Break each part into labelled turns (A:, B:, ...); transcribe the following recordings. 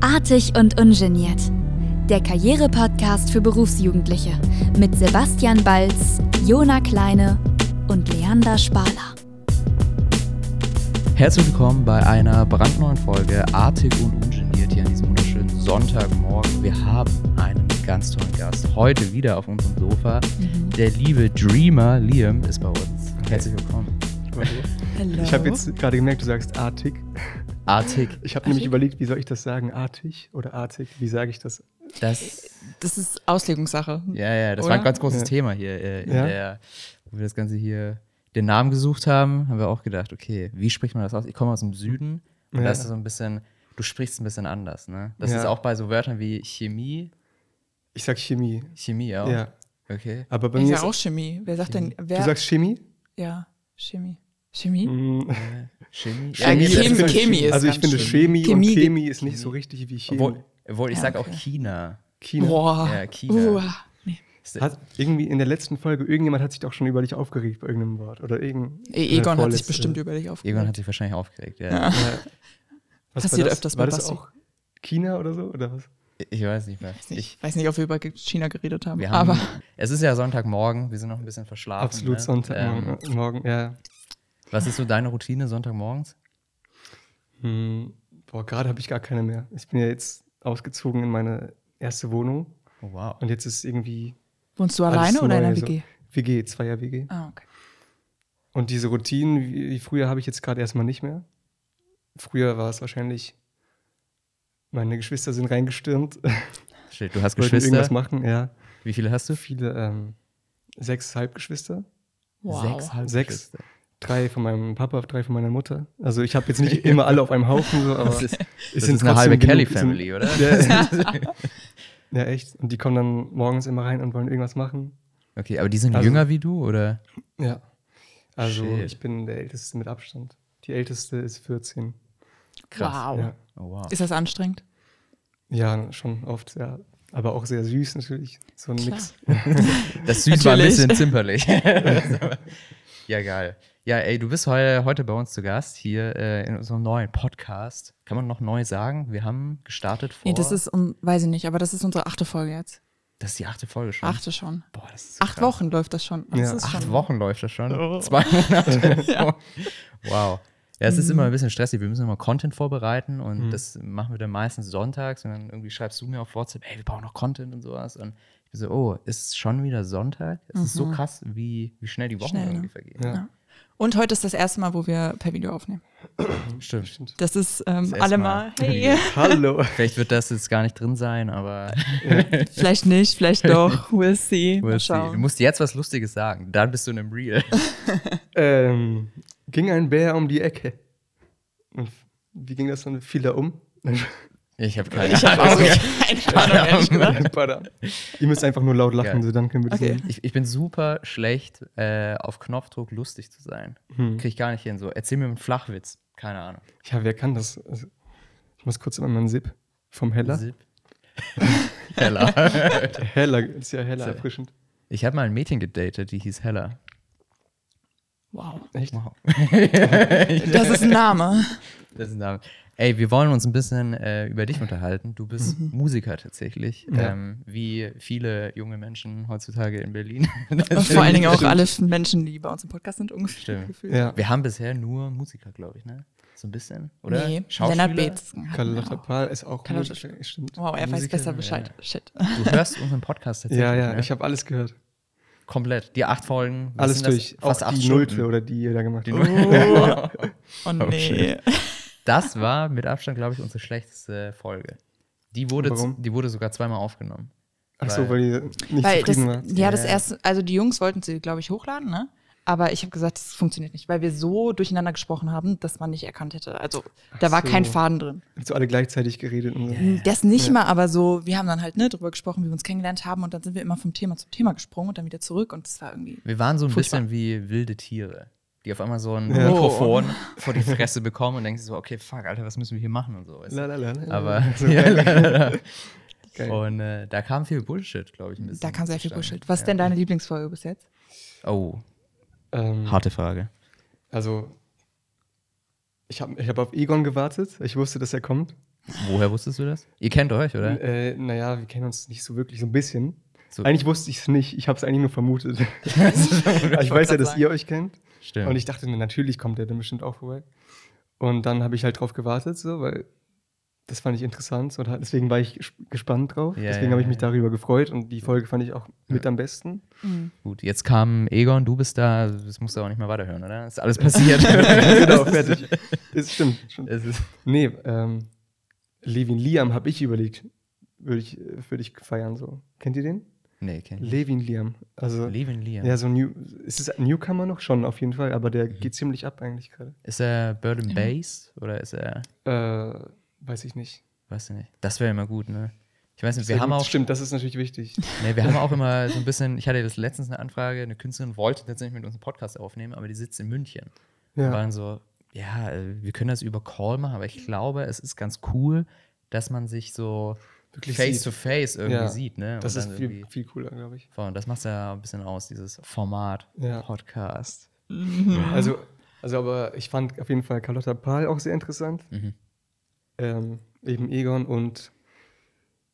A: Artig und ungeniert. Der Karriere-Podcast für Berufsjugendliche mit Sebastian Balz, Jona Kleine und Leander Spaler.
B: Herzlich willkommen bei einer brandneuen Folge Artig und Ungeniert hier an diesem wunderschönen Sonntagmorgen. Wir haben einen ganz tollen Gast. Heute wieder auf unserem Sofa. Der liebe Dreamer Liam ist bei uns. Herzlich willkommen.
C: Hallo.
D: Ich habe jetzt gerade gemerkt, du sagst artig.
B: Artig,
D: Ich habe nämlich überlegt, wie soll ich das sagen? Artig oder artig? Wie sage ich das?
B: das,
C: Das ist Auslegungssache.
B: ja, ja, das
C: Oder?
B: war ein ganz großes
D: Ja.
B: Thema hier, äh, in
D: Ja.
B: der, wo wir das Ganze hier den Namen gesucht haben, haben wir auch gedacht, okay, wie spricht man das aus? Ich komme aus dem Süden und
D: Ja.
B: das ist so ein bisschen, du sprichst ein bisschen anders, ne? Das
D: Ja.
B: ist auch bei so Wörtern wie Chemie,
D: Ich sag Chemie.
B: Chemie auch.
D: Ja.
B: Okay.
D: Aber bei
C: Ich
D: mir
C: sage
D: ist,
C: auch Chemie. Wer sagt
B: Mhm.
C: denn, wer?
D: Du sagst Chemie?
C: ja, Chemie. Chemie?
D: Mm,
B: Chemie.
C: Chemie
D: ich
C: Chemie-
D: finde-
C: Chemie ist
D: Also ich
C: ganz
D: finde
C: schlimm.
D: Chemie
C: Chemie
D: und
C: geht-
D: Chemie ist nicht so richtig wie Chemie.
B: Obwohl, obwohl ich
C: Ja,
B: sag auch
C: okay. Ah. Uh.
B: China.
D: China.
C: Boah.
B: ne? Ja, China.
C: Uah. Nee.
B: Ist-
D: Hat irgendwie in der letzten Folge, irgendjemand hat sich doch schon über dich aufgeregt bei irgendeinem Wort. Oder irgend,
C: E Egon
D: oder
C: hat sich
D: vorletzte.
C: bestimmt über dich
B: Egon hat
C: aufgeregt.
B: sich wahrscheinlich aufgeregt. Ja.
C: Ja.
D: Ja. Was
C: Passiert
D: war das?
C: öfters
D: War
C: bei
D: das
C: Basti.
D: auch China oder so? Oder was?
B: Ich weiß nicht mehr.
C: Ich
B: Ich,
C: nicht- weiß nicht, ob wir über China geredet haben,
B: wir haben,
C: aber
B: es ist ja Sonntagmorgen, wir sind noch ein bisschen verschlafen.
D: Absolut
B: ne?
D: Sonntagmorgen.
B: Ähm,
D: Morgen, ja.
B: was ist so deine Routine Sonntagmorgens?
D: Hm, boah, gerade habe ich gar keine mehr. Ich bin ja jetzt ausgezogen in meine erste Wohnung.
B: Oh, wow.
D: Und jetzt ist irgendwie
C: wohnst du
D: Alles
C: alleine oder in einer
D: neu, so.
C: WG?
D: WG, Zweier WG.
C: Ah, okay.
D: Und diese Routinen wie wie früher habe ich jetzt gerade erstmal nicht mehr. Früher war es wahrscheinlich, meine Geschwister sind reingestürmt,
B: Shit, du hast
D: wollten irgendwas
B: Geschwister. Hm.
D: machen. Ja,
B: Wie viele hast du?
D: so viele, ähm, sechs Halbgeschwister,
C: Wow. Sechs.
D: Sechs. drei von meinem Papa, drei von meiner Mutter. Also ich habe jetzt nicht immer alle auf einem Haufen, so, aber
B: Das ist,
D: es
B: das
D: sind
B: ist eine
D: trotzdem
B: halbe
D: genug.
B: Kelly-Family, oder?
D: Ja, ja, echt. Und die kommen dann morgens immer rein und wollen irgendwas machen.
B: Okay, aber die sind
D: Also-
B: jünger wie du, oder?
D: Ja. Also
B: Shit.
D: ich bin der Älteste mit Abstand. Die Älteste ist 14.
B: Krass.
C: Wow.
D: Ja.
B: Oh, wow.
C: Ist das anstrengend?
D: Ja, schon oft, ja. Aber auch sehr süß natürlich. So ein
C: Klar.
D: Mix.
B: Das Süß war ein
C: Natürlich.
B: bisschen zimperlich. ja, geil. Ja, ey, du bist heu heute bei uns zu Gast hier äh, in unserem neuen Podcast. Kann man noch neu sagen? Wir haben gestartet vor.
C: Nee, das ist, um, weiß ich nicht, aber das ist unsere achte Folge jetzt.
B: das ist die achte Folge schon.
C: Achte schon.
B: Boah, das ist
C: Acht
B: krass.
C: Wochen läuft das schon. Das
D: Ja.
C: ist
B: Acht
C: schon-
B: Wochen läuft das schon. Zwei Monate. Wow. Ja, es
C: Mhm.
B: ist immer ein bisschen stressig. Wir müssen immer Content vorbereiten und das machen wir dann meistens sonntags. Und dann irgendwie schreibst du mir auf WhatsApp, hey, wir brauchen noch Content und sowas. Und ich bin so, oh, ist schon wieder Sonntag? Es ist so krass, wie, wie schnell die Wochen
C: Mhm. Schnell, ne?
B: irgendwie vergehen.
D: Ja.
C: Ja. Und heute ist das erste Mal, wo wir per Video aufnehmen.
B: Stimmt.
D: Stimmt.
C: Das ist ähm,
B: Das erste
C: alle
B: Mal.
C: mal. Hey.
D: Hallo.
B: Vielleicht wird das jetzt gar nicht drin sein, aber
C: Vielleicht nicht, vielleicht doch. We'll see. Mal
B: we'll see.
C: schauen.
B: du musst jetzt was Lustiges sagen. Dann bist du in einem Real.
D: ähm, ging ein Bär um die Ecke. Und wie ging das dann? Fiel er um?
B: Ich habe keine Ahnung.
C: Keine Ahnung, ehrlich gesagt.
D: Badam. Ihr müsst einfach nur laut lachen,
B: Geil.
D: so dann können wir das
C: Okay.
D: sehen.
B: Ich, ich bin super schlecht, äh, auf Knopfdruck lustig zu sein. Krieg ich gar nicht hin. So, erzähl mir einen Flachwitz. Keine Ahnung.
D: Ja, wer kann das? Also, ich muss kurz immer meinen Sip vom Heller.
B: Sip. Hella.
D: Heller ist ja heller
B: Sorry.
D: erfrischend.
B: Ich habe mal ein Mädchen gedatet, die hieß Hella.
C: Wow.
D: Echt?
B: Wow.
C: Das ist ein Name.
B: Das ist ein Name. Ey, wir wollen uns ein bisschen äh, über dich unterhalten. Du bist Musiker tatsächlich,
D: Ja.
B: ähm, wie viele junge Menschen heutzutage in Berlin.
C: Und vor allen Dingen auch alle Menschen, die bei uns im Podcast sind, ungefähr.
B: Stimmt.
C: gefühlt.
D: Ja.
B: Wir haben bisher nur Musiker, glaube ich, ne? So ein bisschen, oder?
C: Nee,
B: Schauspieler?
C: Lennart Beetzen. hatten wir
D: Carlotta
C: auch.
D: Pahl ist auch
C: Carlotta-
D: Musiker, stimmt.
C: Wow, er weiß
B: Musiker,
C: besser Bescheid. Shit.
B: Du hörst unseren Podcast tatsächlich.
D: Ja, ja,
B: ne?
D: ich habe alles gehört.
B: komplett. Die acht Folgen. was
D: Alles
B: sind das?
D: durch.
B: Fast
D: auch
B: acht
D: die
B: Stunden.
D: Nullte oder die ihr da gemacht
B: Die
D: habt.
C: Oh, oh nee.
B: shit. Das war mit Abstand, glaube ich, unsere schlechteste Folge. Die wurde, z-
D: Warum?
B: die wurde sogar zweimal aufgenommen.
D: Ach so, weil
B: Weil-
D: ihr nicht
C: Weil das,
D: zufrieden wart.
C: ja, das
B: Ja.
C: erste, also die Jungs wollten sie, glaube ich, hochladen, ne? Aber ich habe gesagt, das funktioniert nicht, weil wir so durcheinander gesprochen haben, dass man nicht erkannt hätte. Also da
D: Ach
C: war
D: so. Äh,
C: kein Faden drin.
D: Habt ihr alle gleichzeitig geredet und so.
C: Das nicht mal, aber so, wir haben dann halt ne, drüber gesprochen, wie wir uns kennengelernt haben und dann sind wir immer vom Thema zum Thema gesprungen und dann wieder zurück und das war irgendwie.
B: Wir waren so ein
C: Furchtbar.
B: bisschen wie wilde Tiere, die auf einmal so ein
D: Ja.
B: Mikrofon vor die Fresse bekommen und denken sich so, okay, fuck, Alter, was müssen wir hier machen und so. weißt du?
D: La, la, la, la, la.
B: Aber
D: So,
B: ja,
D: geil. Geil.
B: und äh, da kam viel Bullshit, glaube ich. Ein bisschen
C: Da kam sehr viel
B: zustande.
C: Bullshit. Was ist denn deine Lieblingsfolge bis jetzt?
B: Oh,
D: Ähm,
B: harte Frage.
D: Also, ich habe ich hab auf Egon gewartet. Ich wusste, dass er kommt.
B: Woher wusstest du das? Ihr kennt euch, oder?
D: Äh, naja, wir kennen uns nicht so wirklich, so ein bisschen.
B: So-
D: Eigentlich wusste ich es nicht, ich habe es eigentlich nur vermutet. Aber ich weiß ja,
C: grad
D: dass
C: sagen.
D: ihr euch kennt.
B: Stimmt.
D: Und ich dachte mir, natürlich kommt der dann bestimmt auch vorbei. Und dann habe ich halt drauf gewartet, so, weil das fand ich interessant. Und halt- deswegen war ich ges- gespannt drauf.
B: Ja,
D: deswegen
B: ja,
D: habe ich
B: ja,
D: mich
B: ja.
D: darüber gefreut. Und die Folge fand ich auch mit am besten.
B: Gut, jetzt kam Egon, du bist da, das musst du auch nicht mehr weiterhören, oder? Ist alles passiert.
D: genau, fertig. Das stimmt. Schon.
B: Es ist,
D: Nee, ähm, Levin Liam habe ich überlegt, würde ich, würd ich feiern. So. Kennt ihr den?
B: nee, kenn ich.
D: Levin Liam. Also,
B: Levin Liam.
D: ja, so ein New, ist es ein Newcomer noch schon auf jeden Fall, aber
B: Mhm.
D: der geht ziemlich ab eigentlich gerade.
B: Ist er Bird and Bass oder ist er,
D: Äh, weiß ich nicht.
B: weiß ich nicht. Das wäre immer gut, ne? Ich weiß nicht,
D: Sehr
B: wir haben
D: gut.
B: auch
D: Stimmt, das ist natürlich wichtig.
B: Nee, wir haben auch immer so ein bisschen, ich hatte das letztens eine Anfrage, eine Künstlerin wollte tatsächlich mit uns einen Podcast aufnehmen, aber die sitzt in München. Wir
D: ja.
B: waren so, ja, äh, wir können das über Call machen, aber ich glaube, es ist ganz cool, dass man sich so
D: Wirklich
B: face
D: sieht.
B: to face irgendwie
D: Ja,
B: sieht, ne?
D: Das
B: Und
D: ist
B: dann
D: viel,
B: irgendwie-
D: viel cooler, glaube ich.
B: Voll, und das macht ja ein bisschen aus, dieses Format,
D: Ja.
B: Podcast. Mhm.
D: Also, also, aber ich fand auf jeden Fall Carlotta Pahl auch sehr interessant.
B: Mhm.
D: Ähm, eben Egon und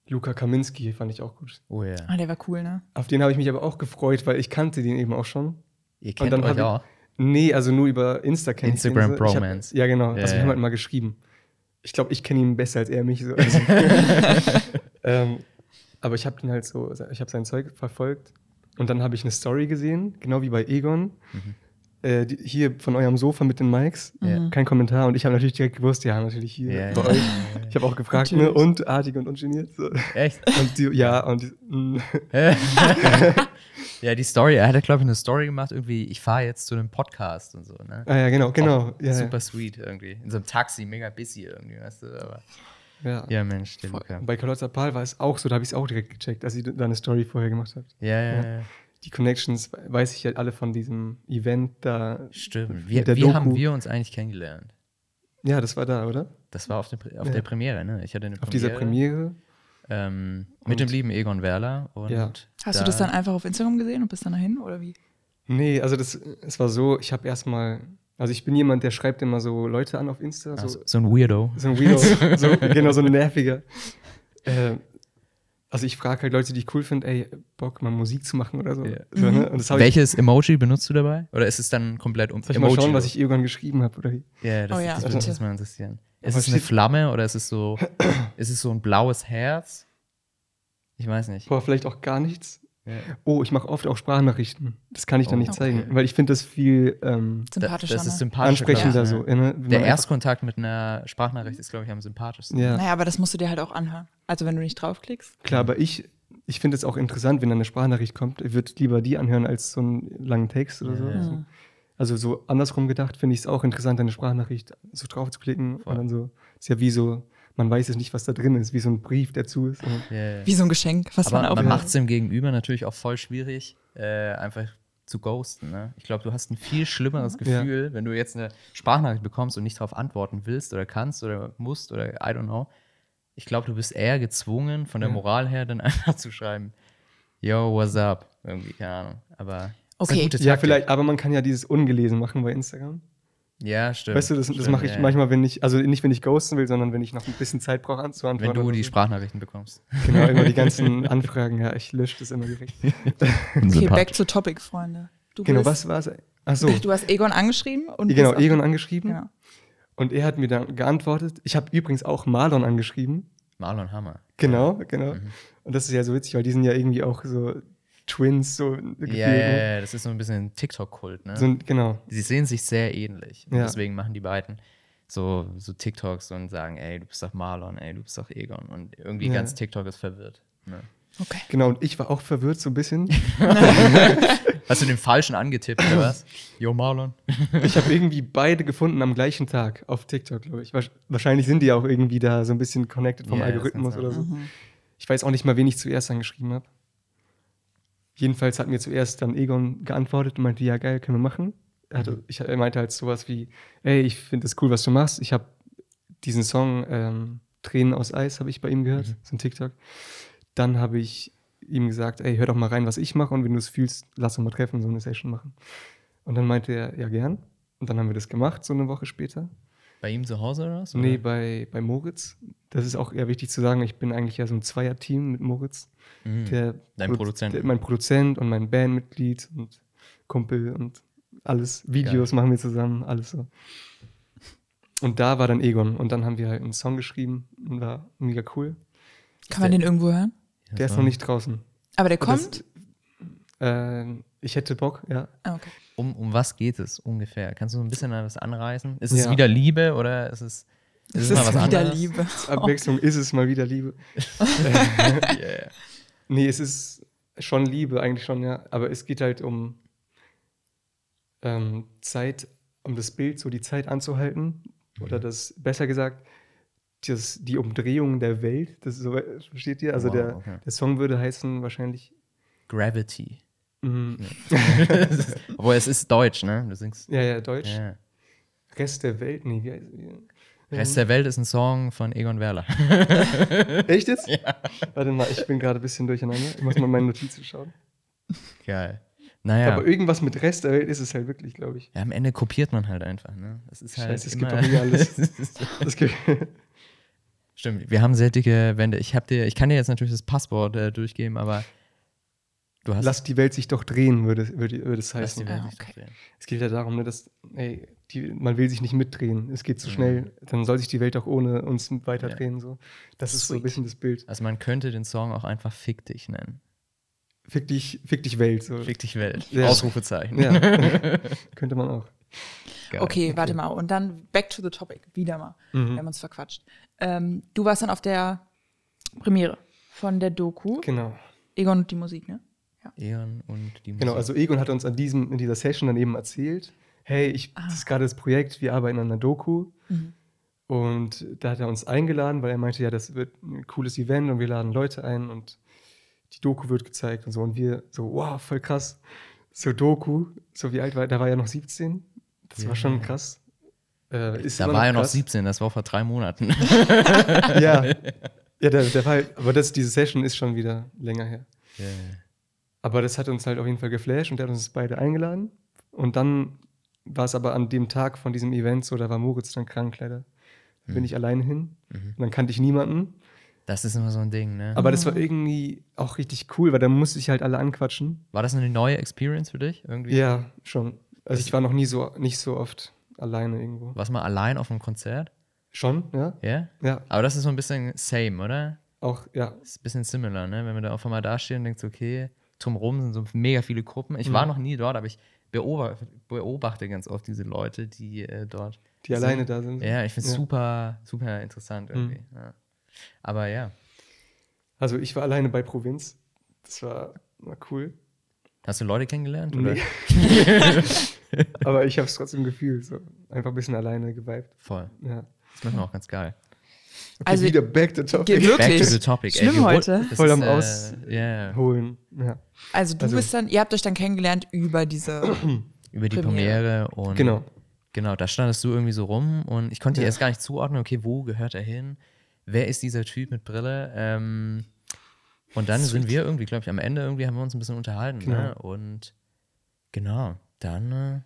D: Luca Kaminski fand ich auch gut.
B: Oh ja.
C: Ah, der war cool, ne?
D: Auf den habe ich mich aber auch gefreut, weil ich kannte den eben auch schon.
B: Ihr kennt
D: dann hab
B: euch
D: ich-
B: auch.
D: Nee, also nur über Insta kenn
B: Instagram
D: ich den. so. Ich hab-
B: Bromance.
D: Ja, genau.
B: Ja,
D: also wir
B: ja.
D: haben halt mal geschrieben. Ich glaube, ich kenne ihn besser als er mich. So. Also, ähm, aber ich habe ihn halt so, ich habe sein Zeug verfolgt und dann habe ich eine Story gesehen, genau wie bei Egon. Äh, die, hier von eurem Sofa mit den Mics.
B: Mhm. Ja.
D: Kein Kommentar und ich habe natürlich direkt gewusst, ja, natürlich hier
B: Ja,
D: bei
B: ja,
D: euch. Ich habe auch gefragt, ne,
C: Natürlich.
D: und artig und ungeniert. So.
B: Echt?
D: Und die, ja, und die, mm,
B: ja, die Story, er hatte, glaube ich, eine Story gemacht, irgendwie, ich fahre jetzt zu einem Podcast und so, ne?
D: ah ja, genau, genau. Ja,
B: Super sweet irgendwie. In so einem Taxi, mega busy irgendwie, weißt du, aber.
D: ja.
B: Ja, Mensch, der Luca.
D: Und Bei Carlotta Pahl war es auch so, da habe ich es auch direkt gecheckt, als sie da eine Story vorher gemacht hat.
B: Ja, ja, ja.
D: Die Connections we- weiß ich halt alle von diesem Event da.
B: Stimmt. Wie,
D: Mit der
B: wie haben
D: Doku.
B: wir uns eigentlich kennengelernt?
D: Ja, das war da, oder?
B: Das war auf, der Pr- auf
D: Ja.
B: der Premiere, ne? Ich hatte eine Premiere.
D: Auf dieser Premiere.
B: Ähm, mit
D: Und-
B: dem lieben Egon Werler. Und
D: Ja.
C: Hast du das dann einfach auf Instagram gesehen und bist dann dahin oder wie?
D: Nee, also das, es war so, ich habe erstmal, also ich bin jemand, der schreibt immer so Leute an auf Insta,
B: Ah,
D: so,
B: so, so ein Weirdo.
D: so ein Weirdo, so, genau, so ein nerviger. Ähm, also ich frage halt Leute, die ich cool finde, ey, Bock mal Musik zu machen oder so.
B: Ja.
D: so ne? Und das habe ich,
B: Welches Emoji benutzt du dabei? Oder ist es dann komplett um
D: soll ich mal schauen, was
B: emojilos?
D: ich irgendwann geschrieben habe oder wie?
B: Ja, das,
C: Oh ja,
B: das würde mich
C: bitte.
B: jetzt mal interessieren. Ist
D: Aber
B: es eine
D: steht-
B: Flamme oder ist es so, ist es so ein blaues Herz? Ich weiß nicht.
D: Boah, vielleicht auch gar nichts.
B: Ja.
D: Oh, ich mache oft auch Sprachnachrichten. Das kann ich dann
B: Oh,
D: nicht
B: okay.
D: zeigen, weil ich finde das viel ähm,
B: Da,
C: Sympathischer.
B: das ist
C: ne?
B: sympathisch.
D: ansprechender
B: glaub ich,
D: so.
B: ne?
D: Ne? Wenn
B: Der
D: man
B: Erstkontakt mit einer Sprachnachricht ist, glaube ich, am sympathischsten.
D: einfach- Ja,
C: Naja, aber das musst du dir halt auch anhören. Also wenn du nicht draufklickst.
D: klar, aber ich, ich finde es auch interessant, wenn dann eine Sprachnachricht kommt. Ich würde lieber die anhören als so einen langen Text oder so.
B: Ja.
D: Also, also so andersrum gedacht finde ich es auch interessant, eine Sprachnachricht so drauf zu klicken
B: Voll.
D: und dann so. Ist ja wie so, man weiß jetzt nicht, was da drin ist, wie so ein Brief dazu ist. Und
B: Ja, ja.
C: Wie so ein Geschenk, was man
B: Aber
C: auch
B: man macht es dem Gegenüber natürlich auch voll schwierig, äh, einfach zu ghosten. Ne? Ich glaube, du hast ein viel schlimmeres Gefühl, wenn du jetzt eine Sprachnachricht bekommst und nicht darauf antworten willst oder kannst oder musst oder I don't know. Ich glaube, du bist eher gezwungen, von der
D: Ja.
B: Moral her dann einfach zu schreiben, yo, what's up? Irgendwie, keine Ahnung. Aber ist eine
C: Okay.
B: gute
D: ja,
B: Taktik.
D: vielleicht, aber man kann ja dieses Ungelesen machen bei Instagram.
B: Ja, stimmt.
D: weißt du, das, das
B: stimmt,
D: mache ich
B: ja, ja.
D: manchmal, wenn ich, also nicht, wenn ich ghosten will, sondern wenn ich noch ein bisschen Zeit brauche
B: Wenn
D: anzuantworten.
B: du
D: oder
B: die
D: so.
B: Sprachnachrichten bekommst.
D: Genau, immer die ganzen Anfragen, ja, ich lösche das immer direkt.
C: Okay, back to topic, Freunde. Du
D: Genau,
C: bist,
D: was war es? Achso,
C: Du hast Egon angeschrieben und
D: genau,
C: bist auf-
D: Egon angeschrieben
C: Genau.
D: und er hat mir dann geantwortet. Ich habe übrigens auch Marlon angeschrieben.
B: Marlon Hammer.
D: Genau, genau.
B: Mhm.
D: Und das ist ja so witzig, weil die sind ja irgendwie auch so Twins, so gefühlt.
B: Ja, ja,
D: ne?
B: ja, das ist so ein bisschen ein TikTok-Kult, ne?
D: So, ein- genau.
B: sie sehen sich sehr ähnlich. Und
D: Ja.
B: deswegen machen die beiden so, so TikToks und sagen, ey, du bist doch Marlon, ey, du bist doch Egon. Und irgendwie
D: Ja.
B: ganz TikTok ist verwirrt. Ne?
C: Okay.
D: Genau, und ich war auch verwirrt so ein bisschen.
B: Hast du den Falschen angetippt oder was? Yo, Marlon.
D: Ich habe irgendwie beide gefunden am gleichen Tag auf TikTok, glaube ich. Wahrsch- Wahrscheinlich sind die auch irgendwie da so ein bisschen connected vom
B: Ja, das kann
D: Algorithmus
B: sein. Mhm.
D: oder so. Ich weiß auch nicht mal, wen ich zuerst angeschrieben habe. Jedenfalls hat mir zuerst dann Egon geantwortet und meinte, ja geil, können wir machen. Er, hatte,
B: Mhm.
D: ich, er meinte halt sowas wie, ey, ich finde das cool, was du machst. Ich habe diesen Song ähm, Tränen aus Eis, habe ich bei ihm
B: Mhm.
D: gehört, so ein TikTok. Dann habe ich ihm gesagt, ey, hör doch mal rein, was ich mache und wenn du es fühlst, lass uns mal treffen, so eine Session machen. Und dann meinte er, ja gern. Und dann haben wir das gemacht, so eine Woche später.
B: Bei ihm zu Hause oder was?
D: Nee,
B: oder?
D: bei, bei Moritz. Das ist auch eher wichtig zu sagen. Ich bin eigentlich ja so ein Zweier-Team mit Moritz.
B: Mhm.
D: Der
B: Dein
D: Produ-
B: Produzent.
D: Der, mein Produzent und mein Bandmitglied und Kumpel und alles. Videos machen wir zusammen, alles so. Und da war dann Egon. Und dann haben wir halt einen Song geschrieben und war mega cool.
C: Kann man den irgendwo hören?
B: Das
D: der ist
B: war-
D: noch nicht draußen.
C: Aber der
D: Das-
C: kommt?
D: Ähm, ich hätte Bock, ja.
C: Ah, okay.
B: Um, um was geht es ungefähr? Kannst du so ein bisschen was anreißen? Ist es
D: Ja.
B: wieder Liebe oder ist es, ist es
D: Es
B: mal
D: ist
B: was
D: wieder
B: anderes?
C: Liebe. Oh.
D: Zur Abwechslung ist es mal wieder Liebe.
B: Yeah.
D: Nee, es ist schon Liebe, eigentlich schon, ja. Aber es geht halt um ähm, Zeit, um das Bild, so die Zeit anzuhalten.
B: Mhm.
D: Oder das, besser gesagt, das, die Umdrehung der Welt. Das ist so, versteht ihr? Also
B: Wow,
D: der,
B: okay.
D: der Song würde heißen wahrscheinlich.
B: Gravity.
D: mm,
B: Obwohl es ist Deutsch, ne? Du singst.
D: ja, ja, Deutsch.
B: Ja.
D: Rest der Welt. Nee, wie heißt Ähm, wie,
B: Rest der Welt ist ein Song von Egon Werler.
D: Echt jetzt? Warte mal, ich bin gerade ein bisschen durcheinander. Ich muss mal meine Notizen schauen.
B: Geil. Naja,
D: Aber irgendwas mit Rest der Welt ist es halt wirklich, glaube ich.
B: ja, am Ende kopiert man halt einfach, ne? Das ist halt
D: Scheiße, es gibt
B: immer
D: doch wieder alles. Das gibt,
B: Stimmt, wir haben sehr dicke Wände. Ich hab dir, ich kann dir jetzt natürlich das Passwort äh, durchgeben, aber du hast
D: Lass die Welt sich doch drehen, würde, würde, würde es
B: lass
D: heißen.
C: Ah,
B: nicht
C: okay.
B: drehen.
D: Es geht ja darum, ne, dass ey, die, man will sich nicht mitdrehen. Es
B: Mhm.
D: geht zu schnell. Dann soll sich die Welt auch ohne uns weiterdrehen. So. Das ist so ein
C: Sweet.
D: bisschen das Bild.
B: Also man könnte den Song auch einfach Fick dich nennen.
D: Fick dich, fick dich Welt. So.
B: Fick dich Welt.
D: Ja.
B: Ausrufezeichen.
D: Ja. Könnte man auch.
B: Geil.
C: okay, warte mal. Und dann back to the topic. Wieder mal.
D: Mhm.
C: Wir haben uns verquatscht. Ähm, du warst dann auf der Premiere von der Doku.
D: Genau.
C: Egon und die Musik, ne?
B: Eon und die Musik.
D: Genau, also Egon hat uns an diesem, in dieser Session dann eben erzählt, hey, ich, das ist gerade das Projekt, wir arbeiten an einer Doku. Und da hat er uns eingeladen, weil er meinte, ja, das wird ein cooles Event und wir laden Leute ein und die Doku wird gezeigt und so. Und wir so, wow, voll krass. So Doku, so wie alt war, da war er noch 17. Das war schon krass. Äh, ist
B: da
D: immer
B: war er noch
D: krass.
B: 17, das war vor drei Monaten.
D: Ja, ja der, der war halt, aber das, diese Session ist schon wieder länger her. Aber das hat uns halt auf jeden Fall geflasht und der hat uns beide eingeladen. Und dann war es aber an dem Tag von diesem Event so, da war Moritz dann krank, leider. Da bin ich alleine hin. Und dann kannte ich niemanden.
B: Das ist immer so ein Ding, ne?
D: Aber das war irgendwie auch richtig cool, weil da musste ich halt alle anquatschen.
B: war das eine neue Experience für dich? Irgendwie?
D: Ja, schon. Also ich war noch nie so, nicht so oft alleine irgendwo.
B: Warst du mal allein auf einem Konzert?
D: Schon, ja?
B: Ja?
D: Ja,
B: Aber das ist so ein bisschen same, oder?
D: auch, ja.
B: Das ist ein bisschen similar, ne? Wenn wir da auf einmal dastehen und denkst, okay, drumherum sind so mega viele Gruppen. Ich
D: Mhm.
B: war noch nie dort, aber ich beobachte, beobachte ganz oft diese Leute, die äh, dort.
D: Die alleine da sind.
B: Ja, ich finde es
D: Ja. Mhm.
B: super, super interessant irgendwie. Ja. Aber ja.
D: Also ich war alleine bei Provinz. Das war, war cool.
B: Hast du Leute kennengelernt? Oder?
D: Nee. Aber ich habe es trotzdem gefühlt. So. Einfach ein bisschen alleine geweibt.
B: Voll.
D: Ja.
B: Das macht man auch ganz geil.
D: Okay,
C: Also-
D: wieder back to topic.
C: Ge- Wirklich?
B: Back to the topic.
C: Schlimm
B: wir woll-
C: heute.
B: das
D: Voll
B: ist,
D: am
B: äh,
D: Aus-
B: Ja.
D: holen. Ja.
C: Also du
D: Also-
C: bist dann, ihr habt euch dann kennengelernt über diese.
B: Über die Premiere
C: Premiere.
B: und
D: Genau.
B: Genau, da standest du irgendwie so rum und ich konnte
D: Ja.
B: erst gar nicht zuordnen, okay, wo gehört er hin? Wer ist dieser Typ mit Brille? Ähm, und dann sind wir irgendwie, glaube ich, am Ende irgendwie haben wir uns ein bisschen unterhalten. Ne? Und genau, dann, äh,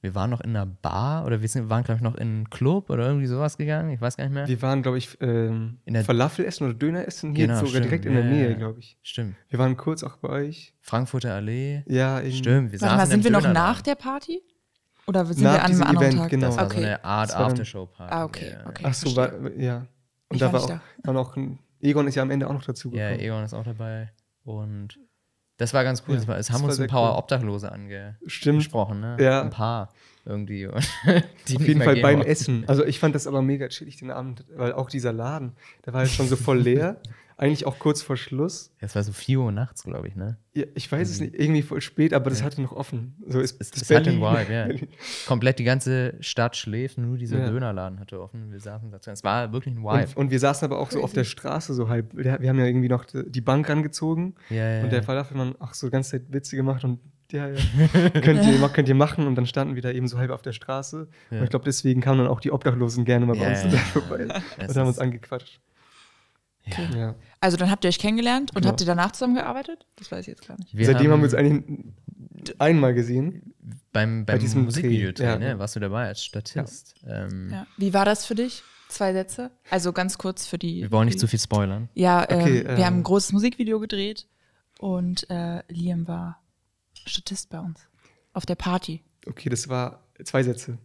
B: wir waren noch in einer Bar oder wir sind, waren, glaube ich, noch in einen Club oder irgendwie sowas gegangen. Ich weiß gar nicht mehr.
D: Wir waren, glaube ich, ähm,
B: In der-
D: Falafel essen oder Döner essen hier
B: Genau,
D: sogar
B: stimmt.
D: direkt in der
B: Ja, ja,
D: Nähe,
B: ja.
D: glaube ich.
B: Stimmt.
D: Wir waren kurz auch bei euch.
B: Frankfurter Allee.
D: Ja, irgendwie.
B: Stimmt, wir
C: Warte mal,
B: saßen
C: sind wir
B: im
C: noch
B: Dönerladen.
C: nach der Party? Oder sind
D: Nach
C: wir an einem
D: diesem
C: anderen
D: Event,
C: Tag?
D: genau.
B: Das war so
C: Okay.
B: eine Art
D: Das war dann-
B: Aftershow-Party.
C: Ah, okay,
B: Ja,
C: okay.
D: Ach so,
C: verstehe.
D: war, ja. Und
C: Ich
D: da
C: war
D: war auch,
C: nicht
D: war noch ein, Egon ist ja am Ende auch noch dazu
B: Ja,
D: gekommen.
B: Egon ist auch dabei. Und das war ganz cool.
D: Ja,
B: das war, es
D: das
B: haben
D: war
B: uns ein
D: sehr
B: paar
D: cool.
B: Obdachlose ange
D: Stimmt.
B: gesprochen, ne?
D: Ja.
B: Ein paar irgendwie. Auf
D: Auf jeden Fall beim Essen. Also ich fand das aber mega chillig den Abend, weil auch dieser Laden, der war halt schon so voll leer. Eigentlich auch kurz vor Schluss.
B: Das war so 4 Uhr nachts, glaube ich, ne?
D: Ja, ich weiß es nicht, irgendwie voll spät, aber das hatte noch offen. So ist
B: Es,
D: das
B: es hat den
D: Berlin.
B: Vibe, ja. Komplett die ganze Stadt schläft, nur dieser
D: Ja.
B: Dönerladen hatte offen. Wir saßen dazu. Es war wirklich ein
D: Und,
B: Vibe.
D: und wir saßen aber auch so auf der Straße so halb. Wir wir haben ja irgendwie noch die die Bank rangezogen
B: Ja, ja,
D: und der
B: ja.
D: Falafelmann auch so die ganze Zeit Witze gemacht und ja, ja, könnt, ihr, ma- könnt ihr machen. Und dann standen wir da eben so halb auf der Straße.
B: Ja.
D: Und ich glaube, deswegen kamen dann auch die Obdachlosen gerne mal bei
B: Ja,
D: uns
B: ja,
D: da
B: ja.
D: vorbei
B: Es
D: und haben
B: ist-
D: uns angequatscht.
C: Okay.
D: Ja.
C: Also dann habt ihr euch kennengelernt und
D: Genau.
C: habt ihr danach zusammengearbeitet? Das weiß ich jetzt gar nicht.
B: wir
D: Seitdem haben wir uns eigentlich einmal gesehen.
B: beim, beim
D: Bei diesem
B: Musikvideo
D: Dreh, ja.
B: ne? warst du dabei als Statist. Ähm,
D: Mhm.
C: Ja. Wie war das für dich? Zwei Sätze? Also ganz kurz für die.
B: Wir wollen nicht
C: die,
B: zu viel spoilern.
C: Ja, ähm,
D: Okay,
C: wir
D: äh,
C: haben ein großes Musikvideo gedreht und äh, Liam war Statist bei uns. Auf der Party.
D: Okay, das war zwei Sätze.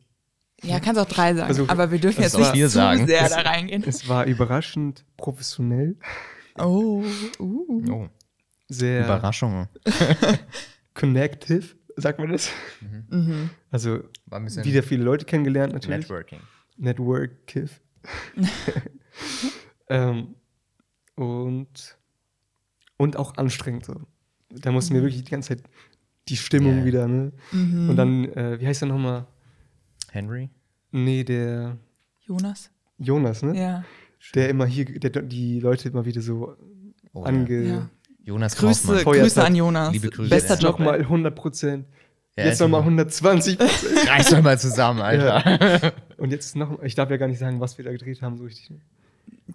C: Ja, kannst auch drei sagen,
D: Versuch-
C: aber wir dürfen
B: Also, Das
C: jetzt nicht
B: soll ich dir sagen.
C: zu sehr
B: Das-
C: da reingehen.
D: Es war überraschend professionell,
C: Oh, uh.
B: Oh,
D: sehr
B: Überraschung.
D: connective, sagt man das.
C: Mhm.
D: Also
B: War ein bisschen
D: wieder viele Leute kennengelernt natürlich.
B: Networking.
D: Networkiv. ähm, und, und auch anstrengend so. Da mussten
C: Mhm.
D: wir wirklich die ganze Zeit die Stimmung
B: Ja.
D: wieder, ne? Und dann, äh, wie heißt der nochmal?
B: Henry?
D: Nee, der
C: Jonas?
D: Jonas, ne?
C: Ja.
D: Der immer hier, der die Leute immer wieder so
B: Oh,
D: ange.
C: Ja.
B: Jonas
C: Grüße,
B: Kaufmann.
D: Feuerzeit.
C: Grüße an Jonas.
B: Liebe Grüße.
C: Bester
B: Ja.
C: Job.
D: Nochmal 100 Prozent.
B: Ja,
D: jetzt
B: also-
D: nochmal 120
B: Reiß doch mal zusammen, Alter.
D: Und jetzt noch, ich darf ja gar nicht sagen, was wir da gedreht haben, so richtig.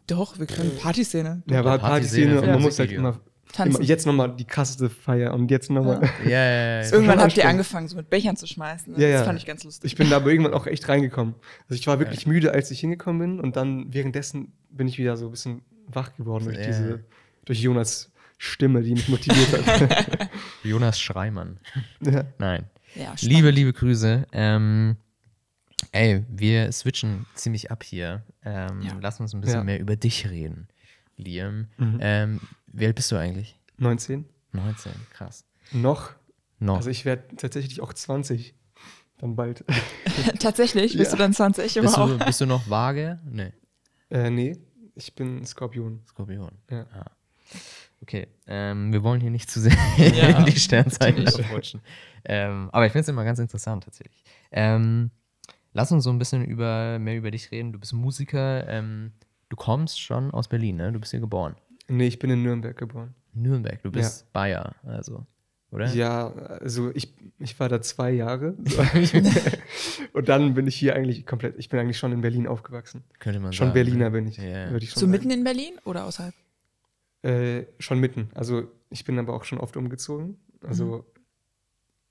C: Doch, wir können Partyszene.
D: Ja, war
B: Partyszene
D: Partyszene und
B: für
D: man
B: ein
D: muss halt
B: Musikvideo.
D: immer,
C: Tanzen.
D: immer jetzt nochmal die krasseste Feier und jetzt nochmal.
C: Ja.
B: Ja, ja, ja.
C: Irgendwann habt ihr
D: anstrengend.
C: angefangen, so mit Bechern zu schmeißen. Ne?
D: Ja,
C: das
D: ja.
C: fand ich ganz lustig.
D: Ich bin da aber irgendwann auch echt reingekommen. Also ich war wirklich müde, als ich hingekommen bin und dann währenddessen bin ich wieder so ein bisschen wach geworden durch
B: Ja.
D: diese, durch Jonas Stimme, die mich motiviert hat.
B: Jonas Schreimann.
D: ja.
B: Nein.
C: ja, spannend.
B: Liebe, liebe Grüße. Ähm, ey, wir switchen ziemlich ab hier. Ähm,
C: Ja.
B: Lass uns ein bisschen
D: Ja.
B: mehr über dich reden, Liam.
D: Mhm.
B: Ähm, wie alt bist du eigentlich?
D: 19.
B: 19, krass.
D: Noch.
B: Noch.
D: Also ich werde tatsächlich auch 20. Dann bald.
C: Tatsächlich, bist
D: Ja.
C: du dann 20?
B: bist,
C: Wow.
B: du, bist du noch vage? Nee,
D: äh, nee, ich bin Skorpion.
B: Skorpion.
D: Ja.
B: Ah. Okay, ähm, wir wollen hier nicht zu sehr
C: Ja,
B: in die Sternzeichen
C: natürlich.
B: abrutschen. Ähm, aber ich finde es immer ganz interessant tatsächlich. Ähm, lass uns so ein bisschen über, mehr über dich reden. Du bist Musiker. Ähm, du kommst schon aus Berlin, ne? Du bist hier geboren.
D: Nee, ich bin in Nürnberg geboren.
B: Nürnberg, du bist Bayer, also, oder?
D: Ja, also ich, ich war da zwei Jahre. und dann bin ich hier eigentlich komplett, ich bin eigentlich schon in Berlin aufgewachsen.
B: Könnte man
D: Schon
B: sagen.
D: Berliner bin ich.
B: ne? Ja.
D: würd ich schon
C: So
D: sagen.
C: mitten in Berlin oder außerhalb?
D: Äh, schon mitten. Also ich bin aber auch schon oft umgezogen. Also
C: Mhm.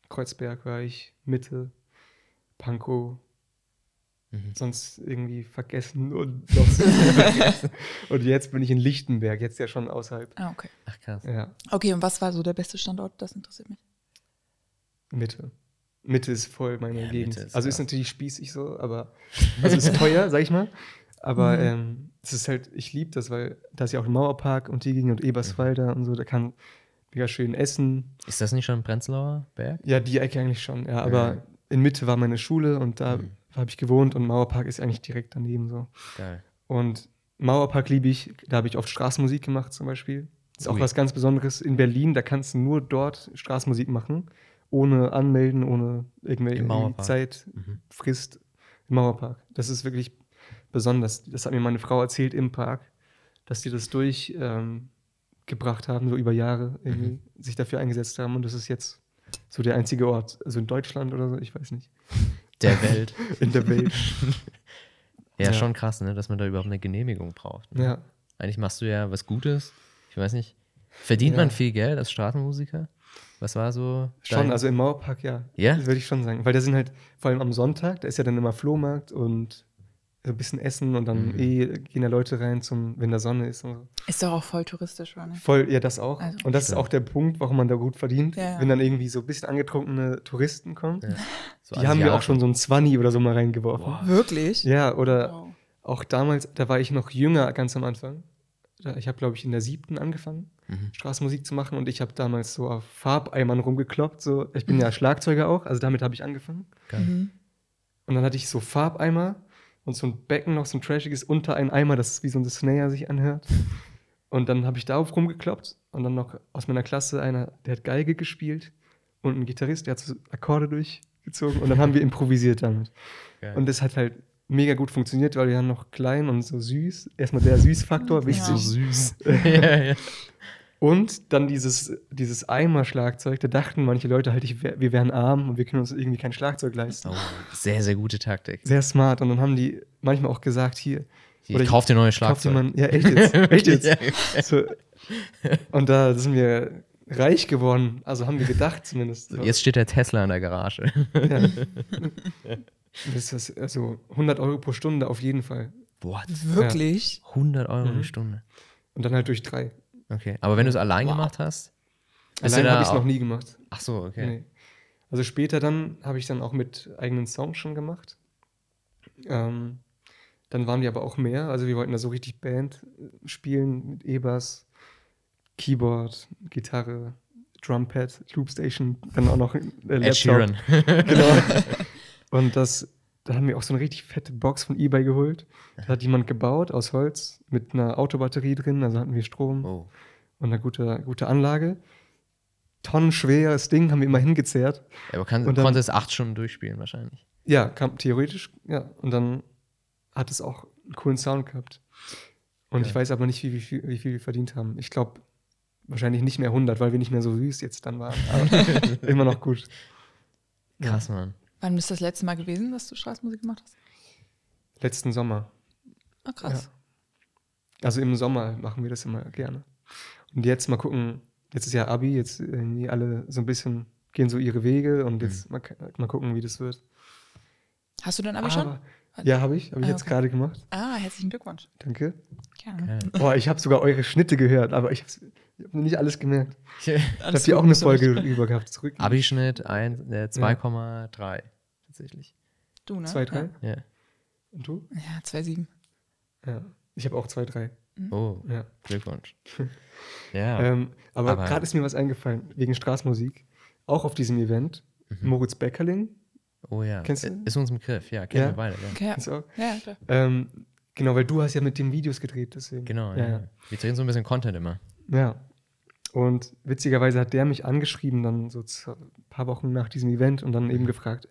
D: Kreuzberg war ich, Mitte, Pankow,
B: Mhm.
D: sonst irgendwie vergessen und noch so vergessen. Und jetzt bin ich in Lichtenberg, jetzt ja schon außerhalb.
C: Ah, okay.
B: Ach krass.
D: Ja,
C: Okay, und was war so der beste Standort? Das interessiert mich.
D: Mitte. Mitte ist voll meine
B: Ja,
D: Gegend.
B: Mitte ist
D: also
B: krass.
D: ist natürlich spießig so, aber also ist teuer, sag ich mal. Aber
B: Mhm.
D: ähm, es ist halt, ich liebe das, weil da ist ja auch ein Mauerpark und die Gegend und Eberswalder
B: Mhm.
D: und so, da kann mega schön essen,
B: Ist das nicht schon Prenzlauer Berg?
D: Ja, die Ecke eigentlich schon, ja. Aber in Mitte war meine Schule und da
B: Mhm.
D: habe ich gewohnt und Mauerpark ist eigentlich direkt daneben so.
B: Geil.
D: Und Mauerpark liebe ich, da habe ich oft Straßenmusik gemacht zum Beispiel. Ist auch
B: Ui.
D: was ganz Besonderes. In Berlin, da kannst du nur dort Straßenmusik machen, ohne anmelden, ohne irgendwelche
B: Im Mauerpark. Mhm.
D: Zeit, Frist im Mauerpark. Das ist wirklich besonders. Das hat mir meine Frau erzählt im Park, dass die das durch ähm, gebracht haben, so über Jahre, irgendwie,
B: Mhm.
D: sich dafür eingesetzt haben. Und das ist jetzt so der einzige Ort, also in Deutschland oder so, ich weiß nicht,
B: Der Welt.
D: in der Welt.
B: ja,
D: Ja.
B: schon krass, ne? Dass man da überhaupt eine Genehmigung braucht. ne?
D: ja.
B: Eigentlich machst du ja was Gutes. Ich weiß nicht. Verdient
D: Ja.
B: man viel Geld als Straßenmusiker? Was war so?
D: Schon,
B: dein-
D: also im Mauerpark, ja.
B: Ja?
D: Würde ich schon sagen. Weil da sind halt, vor allem am Sonntag, da ist ja dann immer Flohmarkt und so ein bisschen Essen und dann
B: Mhm.
D: eh gehen da Leute rein, zum, wenn da Sonne ist und so.
C: Ist doch auch voll touristisch, oder? nicht?
D: Voll, ja, das auch.
C: Also-
D: und das ist auch der Punkt, warum man da gut verdient.
C: Ja, ja.
D: Wenn dann irgendwie so ein bisschen angetrunkene Touristen kommen,
B: Ja. so
D: die haben ja auch
B: Asiaten.
D: schon so ein 20 oder so mal reingeworfen.
B: Boah.
C: Wirklich?
D: Ja, oder
C: Wow.
D: auch damals, da war ich noch jünger ganz am Anfang. Da- Ich habe, glaube ich, in der siebten angefangen, Straßenmusik zu machen und ich habe damals so auf Farbeimern rumgekloppt. So. Ich bin ja Schlagzeuger auch, also damit habe ich angefangen.
C: Mhm.
D: Und dann hatte ich so Farbeimer und so ein Becken noch, so ein trashiges unter einen Eimer, das wie so ein Snare sich anhört. Und dann habe ich darauf rumgekloppt und dann noch aus meiner Klasse einer, der hat Geige gespielt und ein Gitarrist, der hat so Akkorde durchgezogen und dann haben wir improvisiert damit.
B: Geil.
D: Und das hat halt mega gut funktioniert, weil wir waren noch klein und so süß. Erstmal der Süßfaktor, wichtig.
C: So
B: süß. ja, ja.
D: Und dann dieses, dieses Eimer-Schlagzeug, da dachten manche Leute halt, ich wär, wir wären arm und wir können uns irgendwie kein Schlagzeug leisten.
B: Oh, sehr, sehr gute Taktik.
D: Sehr smart. Und dann haben die manchmal auch gesagt, hier,
B: Ich
D: Oder ich-
B: kauf dir neue
D: kauft
B: Schlagzeug.
D: jemand, ja echt jetzt, echt jetzt.
B: Ja, okay.
D: So, und da sind wir reich geworden. Also haben wir gedacht zumindest.
B: So, jetzt steht der Tesla in der Garage.
D: Ja. das ist also 100 Euro pro Stunde auf jeden Fall.
B: What?
C: Wirklich?
B: 100 Euro
D: Mhm.
B: die Stunde.
D: Und dann halt durch drei.
B: Okay. Aber wenn du es allein gemacht hast, bist
D: Allein
B: du da
D: habe ich es
B: auch-
D: noch nie gemacht.
B: Ach so, okay.
D: Nee. Also später dann habe ich dann auch mit eigenen Songs schon gemacht. Ähm, dann waren wir aber auch mehr. Also wir wollten da so richtig Band äh, spielen mit E-Bass, Keyboard, Gitarre, Drumpad, Loopstation, dann auch noch äh, Laptop.
B: Ed Sheeran.
D: Genau. Und das, da haben wir auch so eine richtig fette Box von eBay geholt. Da hat jemand gebaut aus Holz mit einer Autobatterie drin. Also hatten wir Strom
B: Oh.
D: und eine gute, gute Anlage. Tonnenschweres Ding haben wir immer hingezerrt.
B: Ja, aber kann,
D: Und dann-
B: konntest es acht Stunden durchspielen wahrscheinlich.
D: Ja, kam theoretisch, ja. Und dann hat es auch einen coolen Sound gehabt. Und ich
B: Geil.
D: weiß aber nicht, wie, wie, viel, wie viel wir verdient haben. Ich glaube, wahrscheinlich nicht mehr 100, weil wir nicht mehr so süß jetzt dann waren. Aber immer noch gut.
B: Krass, Mann.
C: Wann ist das letzte Mal gewesen, dass du Straßenmusik gemacht hast?
D: Letzten Sommer.
C: Ah, krass.
D: Also im Sommer machen wir das immer gerne. Und jetzt mal gucken, jetzt ist ja Abi, jetzt irgendwie alle so ein bisschen gehen so ihre Wege und jetzt mal, mal gucken, wie das wird.
C: Hast du dein Abi schon?
D: Ja, habe ich, habe ich
C: Ah,
D: jetzt
C: okay.
D: gerade gemacht.
C: Ah, herzlichen Glückwunsch.
D: Danke.
C: Gerne.
D: Boah, ich habe sogar eure Schnitte gehört, aber ich habe hab nicht alles gemerkt. Ich
C: Alles
D: habe hier
C: gut,
D: auch eine
C: nicht so
D: Folge
C: wichtig.
D: über gehabt. Zurück.
B: Abischnitt ein- äh, 2,3 tatsächlich.
C: Du, ne?
D: Zwei, drei.
B: Ja.
D: Und du?
C: Ja, ja zwei, sieben.
D: Ja. Ich habe auch zwei, drei.
B: Oh,
D: Ja.
B: Glückwunsch. Ja.
D: Ähm, aber
B: Aber-
D: gerade ist mir was eingefallen, wegen Straßmusik. Auch auf diesem Event.
C: Mhm.
D: Moritz Beckerling.
B: oh ja.
D: kennst du-
B: Ist uns im Griff, ja. Kennen
D: Ja.
B: wir beide. Ja.
C: Okay, ja.
D: Ist auch,
C: Ja, klar.
D: ähm, genau, weil du hast ja mit dem Videos gedreht, deswegen.
B: Genau, ja.
D: ja.
B: ja. Wir drehen so ein bisschen Content immer.
D: Ja. Und witzigerweise hat der mich angeschrieben, dann so z- ein paar Wochen nach diesem Event und dann
B: Mhm.
D: eben gefragt,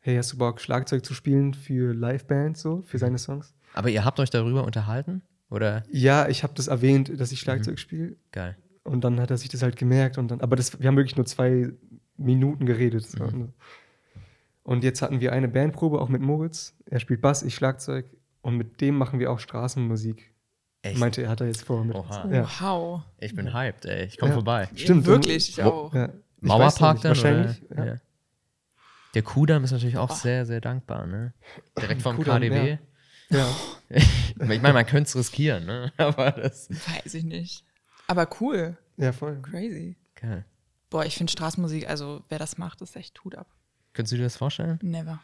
D: hey, hast du Bock, Schlagzeug zu spielen für Livebands, so,
B: Mhm.
D: für seine Songs?
B: Aber ihr habt euch darüber unterhalten? Oder?
D: Ja, ich habe das erwähnt, dass ich Schlagzeug
B: Mhm.
D: spiele
B: Geil.
D: und dann hat er sich das halt gemerkt und dann, aber das, wir haben wirklich nur zwei Minuten geredet. So.
B: Mhm.
D: ne? Und jetzt hatten wir eine Bandprobe, auch mit Moritz. Er spielt Bass, ich Schlagzeug und mit dem machen wir auch Straßenmusik.
B: Echt?
D: Meinte er, hat er jetzt vor. Mit
B: Oha.
D: Ja.
C: Wow.
B: Ich bin hyped, ey. Ich komme
D: Ja.
B: vorbei.
D: Stimmt,
C: Wirklich, ich
B: Wo-
C: auch.
D: Ja. Ich weiß noch
B: Mauerpark
D: nicht,
B: dann?
D: Wahrscheinlich.
B: Oder?
D: Ja.
B: Ja. Der Kudamm ist natürlich auch
C: Oh.
B: sehr, sehr dankbar, ne? Direkt vom
D: Kudamm,
B: KDW.
D: ja. Ja.
B: Ich meine, man könnte es riskieren, ne? Aber das.
C: Weiß ich nicht. Aber cool.
D: ja, voll.
C: Crazy.
B: Geil.
C: Boah, ich finde Straßenmusik, also wer das macht, ist echt Hut ab.
B: Könntest du dir das vorstellen?
C: Never.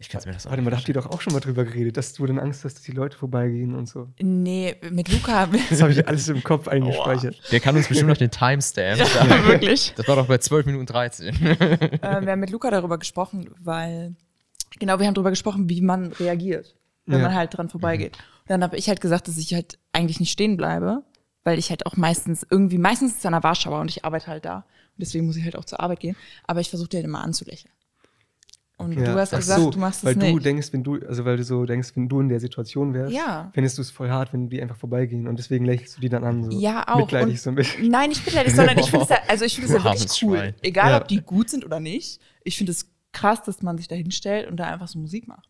B: Ich kann es mir das auch
D: Warte mal, da habt ihr
B: vorstellen.
D: doch auch schon mal drüber geredet, dass du dann Angst hast, dass die Leute vorbeigehen und so.
C: Nee, mit Luca.
D: Das habe ich alles im Kopf eingespeichert.
B: Der kann uns bestimmt noch den Timestamp sagen.
C: ja, wirklich.
B: Das war doch bei 12 Minuten 13.
C: äh, wir haben mit Luca darüber gesprochen, weil, genau, wir haben darüber gesprochen, wie man reagiert, wenn
D: Ja.
C: man halt dran vorbeigeht. Und dann habe ich halt gesagt, dass ich halt eigentlich nicht stehen bleibe, weil ich halt auch meistens irgendwie, meistens ist es an der Warschauer und ich arbeite halt da. Und deswegen muss ich halt auch zur Arbeit gehen. Aber ich versuche dir halt immer anzulächeln. Und
D: Ja.
C: du hast
D: Ach
C: gesagt,
D: so,
C: du machst
D: weil
C: es nicht.
D: du denkst, wenn du, also weil du so denkst, wenn du in der Situation wärst,
C: Ja.
D: findest du es voll hart, wenn die einfach vorbeigehen und deswegen lächelst du die dann an, so
C: Ja, auch.
D: mitleidig
C: Und-
D: so ein bisschen.
C: Nein, nicht mitleidig, sondern ich finde es ja, also ich finde es ja
B: Du armes
C: wirklich cool.
B: Schwein.
C: Egal,
D: Ja.
C: ob die gut sind oder nicht. Ich finde es krass, dass man sich da hinstellt und da einfach so Musik macht.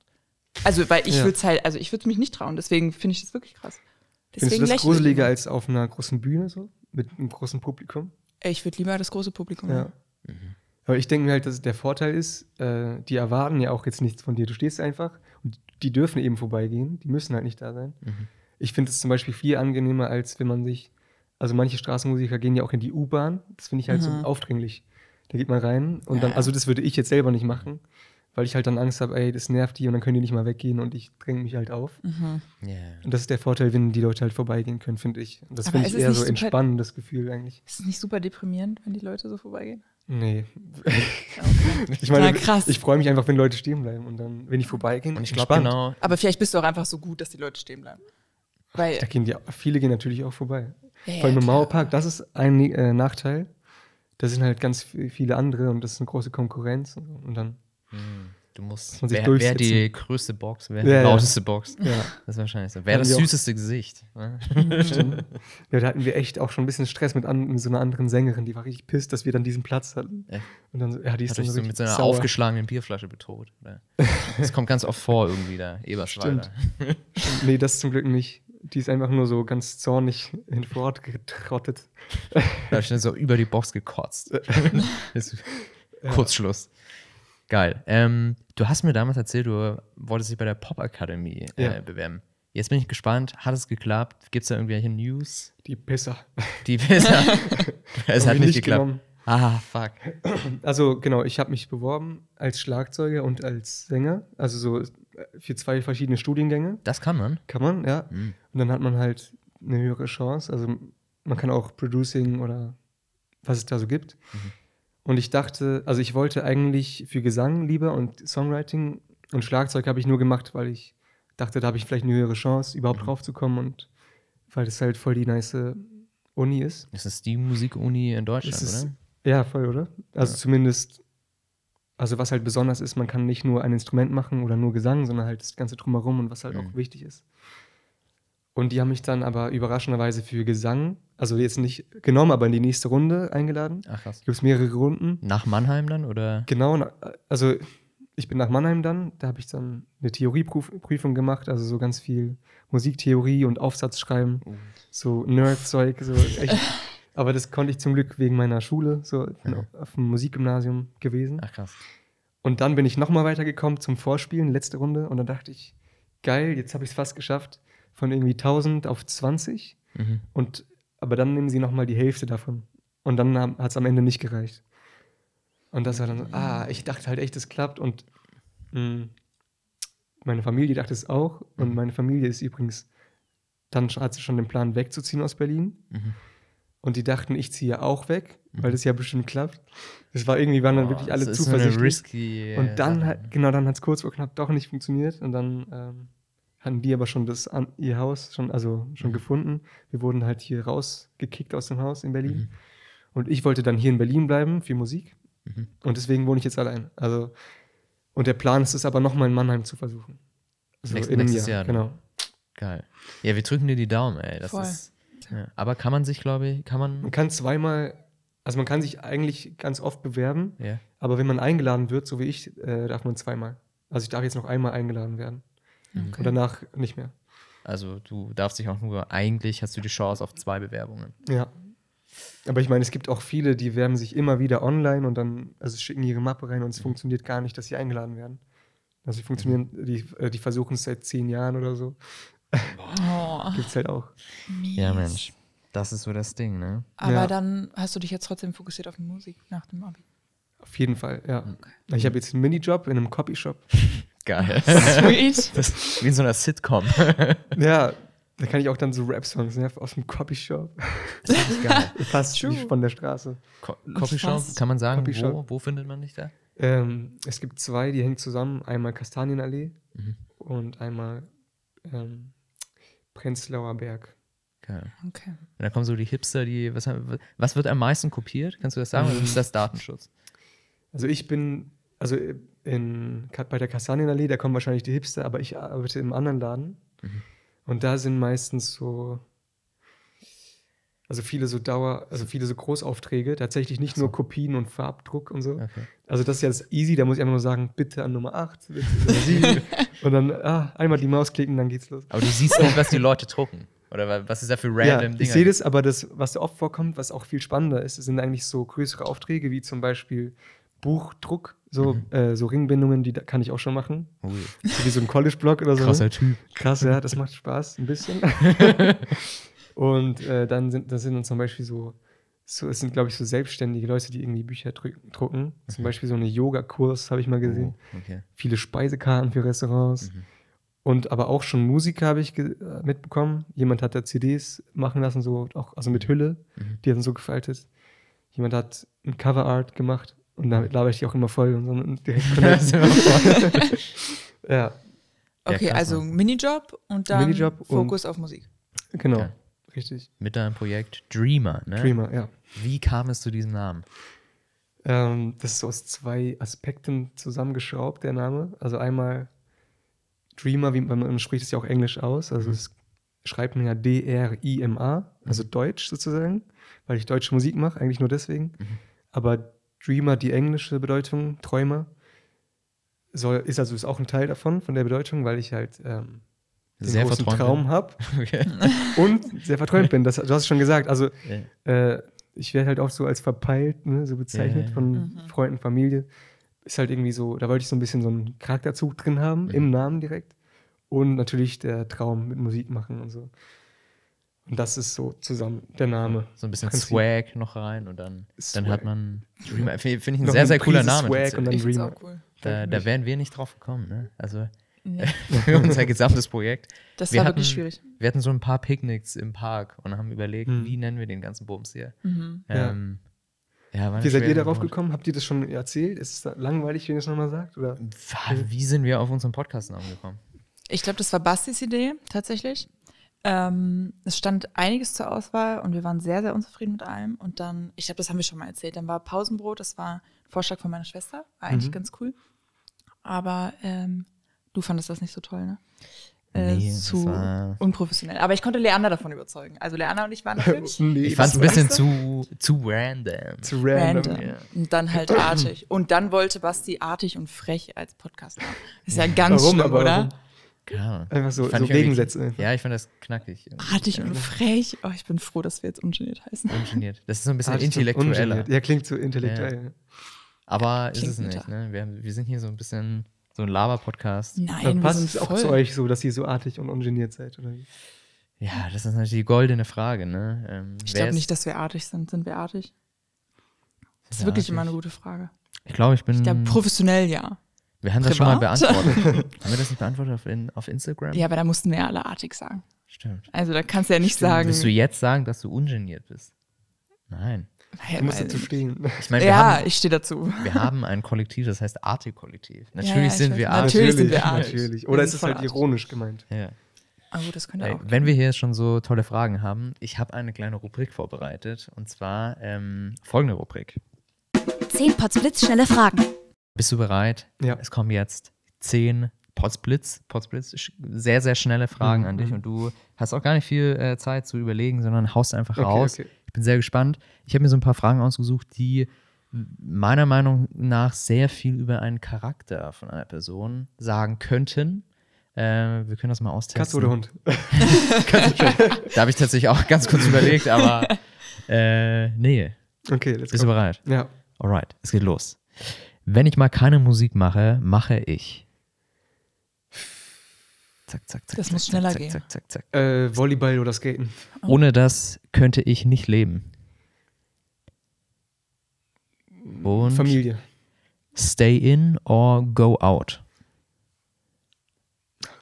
C: Also, weil ich
D: Ja.
C: würde es halt, also ich würde es mich nicht trauen, deswegen finde ich das wirklich krass.
D: Findest du
C: Deswegen
D: das
C: lächle
D: gruseliger als auf einer großen Bühne so, mit einem großen Publikum?
C: ich. Ich würde lieber das große Publikum.
D: Ja. Mhm.
C: nehmen.
D: Aber ich denke mir halt, dass der Vorteil ist, äh, die erwarten ja auch jetzt nichts von dir. Du stehst einfach und die dürfen eben vorbeigehen, die müssen halt nicht da sein.
C: Mhm.
D: Ich finde es zum Beispiel viel angenehmer, als wenn man sich, also manche Straßenmusiker gehen ja auch in die U-Bahn, das finde ich halt so aufdringlich. Da geht man rein und dann,
C: Mhm. Ja.
D: also das würde ich jetzt selber nicht machen, weil ich halt dann Angst habe, ey, das nervt die und dann können die nicht mal weggehen und ich dränge mich halt auf.
C: Mhm.
B: Ja.
D: Und das ist der Vorteil, wenn die Leute halt vorbeigehen können, finde ich. Und das
C: Aber
D: finde
C: ist
D: ich
C: es
D: eher
C: nicht
D: so
C: super-
D: entspannendes Gefühl eigentlich.
C: Ist es nicht super deprimierend, wenn die Leute so vorbeigehen?
D: Nee. ich
C: Na,
D: meine,
C: Ah, krass.
D: ich freue mich einfach, wenn Leute stehen bleiben und dann, wenn ich vorbeigehe,
B: Und ich glaube genau,
C: Aber vielleicht bist du auch einfach so gut, dass die Leute stehen bleiben. Weil,
D: Da gehen die, viele gehen natürlich auch vorbei.
C: Ja, ja,
D: Vor allem im
C: klar.
D: Mauerpark, das ist ein äh, Nachteil. Da sind halt ganz vi- viele andere und das ist eine große Konkurrenz. Und, und dann,
B: du musst.
D: man sich
B: Wer, wer die
D: durchsetzen.
B: größte Box, wer
D: Ja, ja.
B: die lauteste Box.
D: ja.
B: Das ist wahrscheinlich so. Wer
D: Haben
B: das
D: wir auch-
B: süßeste Gesicht. Ne?
D: ja, da hatten wir echt auch schon ein bisschen Stress mit, an, mit so einer anderen Sängerin. Die war richtig pisst, dass wir dann diesen Platz hatten.
B: Echt?
D: Und dann, so- ja, die ist
B: Hat
D: dann
B: euch so
D: richtig
B: mit so einer
D: sauer.
B: aufgeschlagenen Bierflasche ne? bedroht. Oder? Das kommt ganz oft vor irgendwie da, Eberswalder.
D: Nee, das zum Glück nicht. Die ist einfach nur so ganz zornig hinfort getrottet.
B: Da hab ich dann so über die Box gekotzt. Das- Kurzschluss. Geil. Ähm, du hast mir damals erzählt, du wolltest dich bei der Pop-Akademie äh,
D: Ja.
B: bewerben. Jetzt bin ich gespannt, hat es geklappt? Gibt es da irgendwelche News?
D: Die Pisser.
B: Die besser. es
D: Hab
B: hat nicht,
D: ich nicht
B: geklappt.
D: genommen.
B: Ah, fuck.
D: Also genau, ich habe mich beworben als Schlagzeuger und als Sänger. Also so für zwei verschiedene Studiengänge.
B: Das kann man.
D: Kann man, ja.
B: Mhm.
D: Und dann hat man halt eine höhere Chance. Also man kann auch Producing oder was es da so gibt. Und ich dachte, also ich wollte eigentlich für Gesang lieber und Songwriting und Schlagzeug habe ich nur gemacht, weil ich dachte, da habe ich vielleicht eine höhere Chance, überhaupt draufzukommen und weil das halt voll die nice Uni ist.
B: Das ist die Musikuni in Deutschland,
D: Es ist-
B: oder?
D: Ja, voll, oder? Also zumindest, also was halt besonders ist, man kann nicht nur ein Instrument machen oder nur Gesang, sondern halt das ganze Drumherum und was halt auch wichtig ist. Und die haben mich dann aber überraschenderweise für Gesang, also jetzt nicht genommen, aber in die nächste Runde eingeladen.
B: Ach, krass.
D: Gibt es mehrere Runden.
B: Nach Mannheim dann, oder?
D: Genau, na- also ich bin nach Mannheim dann, da habe ich dann eine Theorieprüfung gemacht, also so ganz viel Musiktheorie und Aufsatzschreiben, so Nerdzeug, so echt. Aber das konnte ich zum Glück wegen meiner Schule, so ich bin
B: Mhm.
D: auf dem Musikgymnasium gewesen.
B: Ach, krass.
D: Und dann bin ich nochmal weitergekommen zum Vorspielen, letzte Runde, und dann dachte ich, geil, jetzt habe ich es fast geschafft, von irgendwie 1000 auf 20.
B: Mhm.
D: Und, aber dann nehmen sie nochmal die Hälfte davon. Und dann hat es am Ende nicht gereicht. Und das war dann so,
B: Mhm.
D: ah, ich dachte halt echt, es klappt. Und mh, meine Familie dachte es auch.
B: Mhm.
D: Und meine Familie ist übrigens, dann sch- hat sie schon den Plan, wegzuziehen aus Berlin.
B: Mhm.
D: Und die dachten, ich ziehe auch weg, weil das ja bestimmt klappt. Das war irgendwie, waren dann wirklich alle
B: Oh, das ist so eine
D: zuversichtlich.
B: risky. äh,
D: Und dann
B: Sache.
D: hat, genau, dann hat es kurz vor knapp doch nicht funktioniert. Und dann ähm, hatten die aber schon das an, ihr Haus schon, also
B: Mhm.
D: schon gefunden. Wir wurden halt hier rausgekickt aus dem Haus in
B: Mhm.
D: Berlin. Und ich wollte dann hier in Berlin bleiben für Musik.
B: Mhm.
D: Und deswegen wohne ich jetzt allein. Also, und der Plan ist es aber nochmal in Mannheim zu versuchen. So
B: Nächst-
D: in einem
B: nächstes Jahr ne? dann.
D: Genau.
B: Geil. Ja, wir drücken dir die Daumen, ey. Das
C: Voll.
B: ist. Ja. Aber kann man sich, glaube ich, kann
D: Man
B: man.
D: kann zweimal, also man kann sich eigentlich ganz oft bewerben,
B: Ja.
D: aber wenn man eingeladen wird, so wie ich, äh, darf man zweimal. Also ich darf jetzt noch einmal eingeladen werden.
B: Mhm.
D: Und danach nicht mehr.
B: Also du darfst dich auch nur, eigentlich hast du die Chance auf zwei Bewerbungen.
D: Ja. Aber ich meine, es gibt auch viele, die werben sich immer wieder online und dann, also schicken ihre Mappe rein und es funktioniert gar nicht, dass sie eingeladen werden. Also die funktionieren, die, äh, die versuchen es seit zehn Jahren oder so.
C: Oh,
D: Gibt es halt auch.
C: mies.
B: Ja, Mensch. Das ist so das Ding, ne?
C: Aber
D: Ja.
C: dann hast du dich jetzt trotzdem fokussiert auf die Musik nach dem Abi.
D: Auf jeden Fall, ja. Ich habe jetzt einen Minijob in einem Copyshop.
B: Geil.
C: Sweet.
B: Das, wie in so einer Sitcom.
D: ja, da kann ich auch dann so Rap-Songs ne, aus dem Copyshop.
B: Geil.
D: Fast wie von der Straße.
B: Co Copy Shop, kann man sagen,
D: Copy
B: wo,
D: Shop.
B: wo findet man dich da?
D: Ähm, es gibt zwei, die hängen zusammen. Einmal Kastanienallee und einmal ähm, Prenzlauer Berg.
B: Geil.
C: Okay.
B: Und dann kommen so die Hipster, die. Was, haben- was wird am meisten kopiert? Kannst du das sagen? Oder ist das Datenschutz?
D: Also ich bin, also in, Ka- bei der Kastanienallee, da kommen wahrscheinlich die Hipster, aber ich arbeite im anderen Laden. Und da sind meistens so, also viele so Dauer, also viele so Großaufträge, tatsächlich nicht nur Kopien und Farbdruck und so.
B: Okay.
D: Also das ist jetzt easy, da muss ich einfach nur sagen, bitte an Nummer 8, bitte an Nummer 7. und dann ah, einmal die Maus klicken, dann geht's los.
B: Aber du siehst nicht, was die Leute drucken. Oder wa- was ist da für
D: Ja,
B: random Dinger?
D: ich sehe das, aber das, was da oft vorkommt, was auch viel spannender ist, sind eigentlich so größere Aufträge, wie zum Beispiel Buchdruck, so,
B: Mhm.
D: äh, so Ringbindungen, die da, kann ich auch schon machen.
B: Ui,
D: So wie so ein College-Blog oder so.
B: krasser Typ.
D: Krass, ja, das macht Spaß, ein bisschen. Und äh, dann sind, das sind dann zum Beispiel so, so es sind, glaube ich, so selbstständige Leute, die irgendwie Bücher drück, drucken. Zum Beispiel so eine Yoga-Kurs, habe ich mal
B: Mhm.
D: gesehen.
B: Oh, okay.
D: Viele Speisekarten für Restaurants. Und aber auch schon Musiker habe ich ge- äh, mitbekommen. Jemand hat da CDs machen lassen, so auch, also mit Hülle, die hat dann so gefaltet. Jemand hat ein Coverart gemacht und damit laber ich die auch immer voll und so und direkt connect. ja,
C: Okay,
B: krass,
C: also
B: Mann.
C: Minijob und dann
D: Minijob und-
C: Fokus auf Musik.
D: genau.
B: Ja.
D: Richtig.
B: Mit deinem Projekt Dreamer, ne?
D: Dreamer, ja.
B: Wie kam es zu diesem Namen?
D: Ähm, das ist so aus zwei Aspekten zusammengeschraubt, der Name. Also einmal Dreamer, wie man man spricht es ja auch Englisch aus.
B: Mhm.
D: Also es schreibt man ja D-R-I-M-A, also Deutsch sozusagen, weil ich deutsche Musik mache, eigentlich nur deswegen.
B: Mhm.
D: Aber Dreamer, die englische Bedeutung, Träumer, soll, ist also ist auch ein Teil davon, von der Bedeutung, weil ich halt ähm, den
B: Sehr
D: großen
B: verträumt
D: Traum habe
B: Okay.
D: und sehr verträumt bin. Das, du hast es schon gesagt. Also
B: Ja.
D: äh, ich werde halt auch so als verpeilt, ne, so bezeichnet
B: Ja.
D: von
C: Mhm.
D: Freunden, Familie. Ist halt irgendwie so, da wollte ich so ein bisschen so einen Charakterzug drin haben,
B: Mhm.
D: im Namen direkt. Und natürlich der Traum mit Musik machen und so. Und das ist so zusammen der Name.
B: So ein bisschen
D: Prinzip.
B: Swag noch rein und dann, dann
D: Swag.
B: hat man. Dreamer. Finde ich ein
D: Noch
B: sehr,
D: eine
B: sehr cooler
D: Prise
B: Name.
D: Swag und dann
B: tatsächlich.
C: Ich find's
D: Dreamer.
C: auch cool.
B: da da wären wir nicht drauf gekommen. Ne? Also
C: Nee,
B: für unser gesamtes Projekt.
C: das
B: Wir
C: war
B: hatten-
C: wirklich schwierig.
B: Wir hatten so ein paar Picknicks im Park und haben überlegt,
D: Hm.
B: wie nennen wir den ganzen Bums hier.
C: Mhm.
D: Ja.
B: Ähm, ja, war eine
D: Wie seid
B: schwere
D: ihr darauf
B: Nummer.
D: gekommen? Habt ihr das schon erzählt? Ist es da langweilig, wenn ihr es nochmal sagt? Oder?
B: Wa- Wie sind wir auf unseren Podcast-Namen gekommen?
C: Ich glaube, das war Bastis Idee tatsächlich. Ähm, es stand einiges zur Auswahl und wir waren sehr, sehr unzufrieden mit allem. Und dann, ich glaube, das haben wir schon mal erzählt, dann war Pausenbrot, das war ein Vorschlag von meiner Schwester, war eigentlich
D: Mhm.
C: ganz cool. Aber ähm, du fandest das nicht so toll, ne?
B: Nee,
C: Äh,
B: das
C: zu
B: war-
C: unprofessionell. Aber ich konnte Leander davon überzeugen. Also Leander und ich waren natürlich
D: Nee,
B: Ich fand es ein
D: das
B: bisschen zu, zu random.
D: war zu random.
C: random.
B: ja.
C: Und dann halt artig. Und dann wollte Basti artig und frech als Podcast haben. Ist ja ganz
D: Warum,
C: schlimm,
D: aber
C: oder?
D: warum?
B: Keine Ahnung.
D: Einfach so-
B: Fand
D: so
B: ich irgendwie-
D: Gegensätze einfach.
B: Ja, ich fand das knackig. irgendwie.
C: Artig und frech. Oh, ich bin froh, dass wir jetzt ungeniert heißen.
B: Ungeniert. Das ist so ein bisschen
D: Ah, das ist so
B: intellektueller.
D: ungeniert. Ja, klingt so intellektuell.
B: Aber ist
C: Klingt
B: es nicht.
C: netter.
B: Ne? Wir, haben- wir sind hier so ein bisschen so ein Laber-Podcast.
D: Ja.
C: Nein, wir
D: Passt
C: sind
D: es auch
C: voll.
D: zu euch so, dass ihr so artig und ungeniert seid? Oder? wie?
B: Ja, das ist natürlich die goldene Frage. Ne? Ähm,
C: Ich
B: wer
C: glaube
B: ist-
C: nicht, dass wir artig sind. Sind wir artig? Das ist
B: Ja, Hm.
C: wirklich
B: ich-
C: immer eine gute Frage.
B: Ich glaube, ich bin.
C: Ich glaube, professionell ja.
B: wir haben das schon mal
C: privat.
B: beantwortet. haben wir das nicht beantwortet auf, in, auf Instagram?
C: Ja, aber da mussten wir ja alle artig sagen.
B: Stimmt.
C: Also da kannst du ja nicht
D: Stimmt.
C: sagen.
B: Willst du jetzt sagen, dass du ungeniert bist? Nein.
C: Hä,
D: Du musst
C: weil-
D: dazu stehen.
B: Ich meine, wir,
C: ja,
B: haben,
C: ich stehe dazu.
B: wir haben ein Kollektiv, das heißt Arte-Kollektiv. Natürlich
C: ja, ich
B: sind
C: weiß.
B: wir Arte.
C: Natürlich sind wir artig.
D: Ah, Natürlich.
C: Wir
D: Oder ist
C: sind
D: es
C: voll
D: halt
C: artig.
D: ironisch gemeint?
B: Ja.
C: Ah, gut, das könnte
B: Ey,
C: auch.
B: wenn wir hier schon so tolle Fragen haben, ich habe eine kleine Rubrik vorbereitet und zwar ähm, folgende Rubrik.
A: 10 Pots blitzschnelle Fragen.
B: Bist du bereit?
D: Ja.
B: Es kommen jetzt zehn Potsblitz, Potsblitz, sch- sehr, sehr schnelle Fragen an
D: Mhm.
B: dich und du hast auch gar nicht viel äh, Zeit zu überlegen, sondern haust einfach
D: Okay,
B: raus.
D: okay.
B: Ich bin sehr gespannt. Ich habe mir so ein paar Fragen ausgesucht, die meiner Meinung nach sehr viel über einen Charakter von einer Person sagen könnten. Äh, wir können das mal austesten.
D: Katze oder Hund?
B: Da habe ich tatsächlich auch ganz kurz überlegt, aber äh, nee.
D: Okay, let's
B: Bist du
D: go.
B: bereit?
D: Ja.
B: Alright, es geht los. Wenn ich mal keine Musik mache, mache ich. Zack, zack, zack.
C: Das
B: zack,
C: muss
B: zack,
C: schneller
B: zack,
C: gehen. Oh.
B: Zack, zack, zack.
D: Äh, Volleyball oder Skaten?
B: Ohne das könnte ich nicht leben. Und
D: Familie.
B: stay in or go out.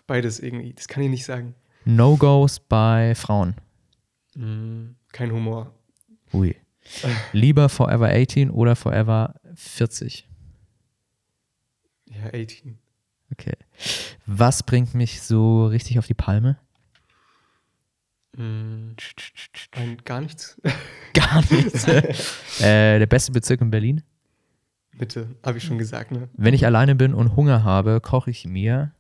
D: Beides irgendwie. Das kann ich nicht sagen.
B: No-Gos bei Frauen.
D: Kein Humor.
B: Ui. Lieber Forever 18 oder Forever 40.
D: Ja, 18.
B: Okay. Was bringt mich so richtig auf die Palme?
D: Mm, Ein, gar nichts.
B: Gar nichts. äh, der beste Bezirk in Berlin.
D: Bitte, habe ich schon gesagt, ne?
B: Wenn ich alleine bin und Hunger habe, koche ich mir.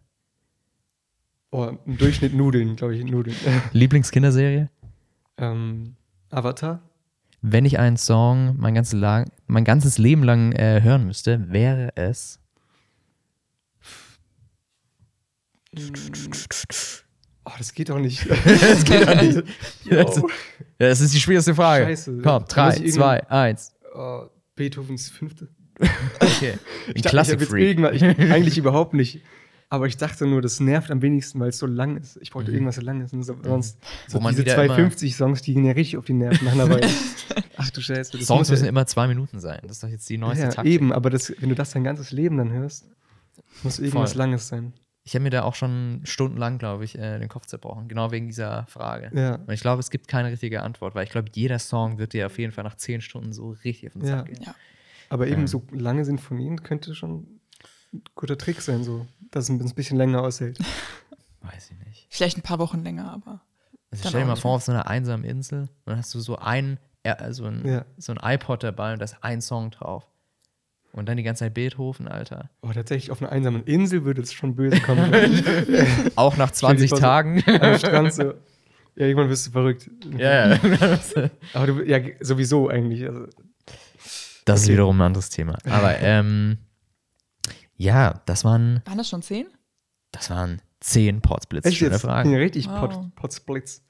D: Oh, im Durchschnitt Nudeln, glaube ich, Nudeln.
B: Lieblingskinderserie.
D: ähm, Avatar?
B: Wenn ich einen Song mein ganzes, lang, mein ganzes Leben lang äh, hören müsste, wäre es.
D: Oh, das geht doch nicht.
B: Das geht doch nicht. Das, Also, das ist die schwierigste Frage.
D: Scheiße.
B: Komm,
D: Da muss
B: 3,
D: ich irgendwie-
B: 2, 1.
D: oh, Beethovens Fünfte.
B: Okay. Ein
D: Ich dachte, ich hab jetzt
B: Klassik-Freak.
D: irgendwas- ich- Eigentlich überhaupt nicht. Aber ich dachte nur, das nervt am wenigsten, weil es so lang ist. Ich wollte irgendwas so lang ist. Und so- sonst so
B: Mhm. Wo man
D: diese
B: wieder immer-
D: 250-Songs, die gehen ja richtig auf die Nerven nach einer Weile. Ach du Scheiße. das muss
B: Songs
D: ja-
B: müssen immer zwei Minuten sein. Das ist doch jetzt die neueste
D: ja,
B: Taktik.
D: Eben, aber das, wenn du das dein ganzes Leben dann hörst, muss irgendwas
B: Voll.
D: Langes sein.
B: Ich habe mir da auch schon stundenlang, glaube ich, äh, den Kopf zerbrochen. Genau wegen dieser Frage.
D: Ja.
B: Und ich glaube, es gibt keine richtige Antwort, weil ich glaube, jeder Song wird dir auf jeden Fall nach zehn Stunden so richtig auf den
D: Ja.
B: Sack gehen.
C: Ja.
D: Aber
B: Ja.
D: eben so lange Sinfonien könnte schon ein guter Trick sein, so, dass es ein bisschen länger aushält.
B: Weiß ich nicht.
C: Vielleicht ein paar Wochen länger, aber.
B: Also
C: Dann
B: stell dir
C: auch
B: mal
C: nicht.
B: vor, auf so einer einsamen Insel, und dann hast du so ein, äh, äh, so ein,
D: Ja.
B: so ein iPod dabei und da ist ein Song drauf. Und dann die ganze Zeit Beethoven, Alter.
D: Aber Oh, tatsächlich auf einer einsamen Insel würde es schon böse kommen.
B: Auch nach 20
D: vor, so-
B: Tagen.
D: Am Strand so. Ja, irgendwann wirst du verrückt.
B: Ja, ja.
D: Aber du, ja, sowieso eigentlich. Also,
B: Das ist wiederum ein anderes Thema. Aber ähm, ja, das waren,
C: Waren das schon zehn?
B: das waren zehn Portsblitz.
D: Echt
B: Schöne
D: jetzt?
B: Frage.
D: Ja, richtig,
C: Wow.
D: Pot, Potsblitz.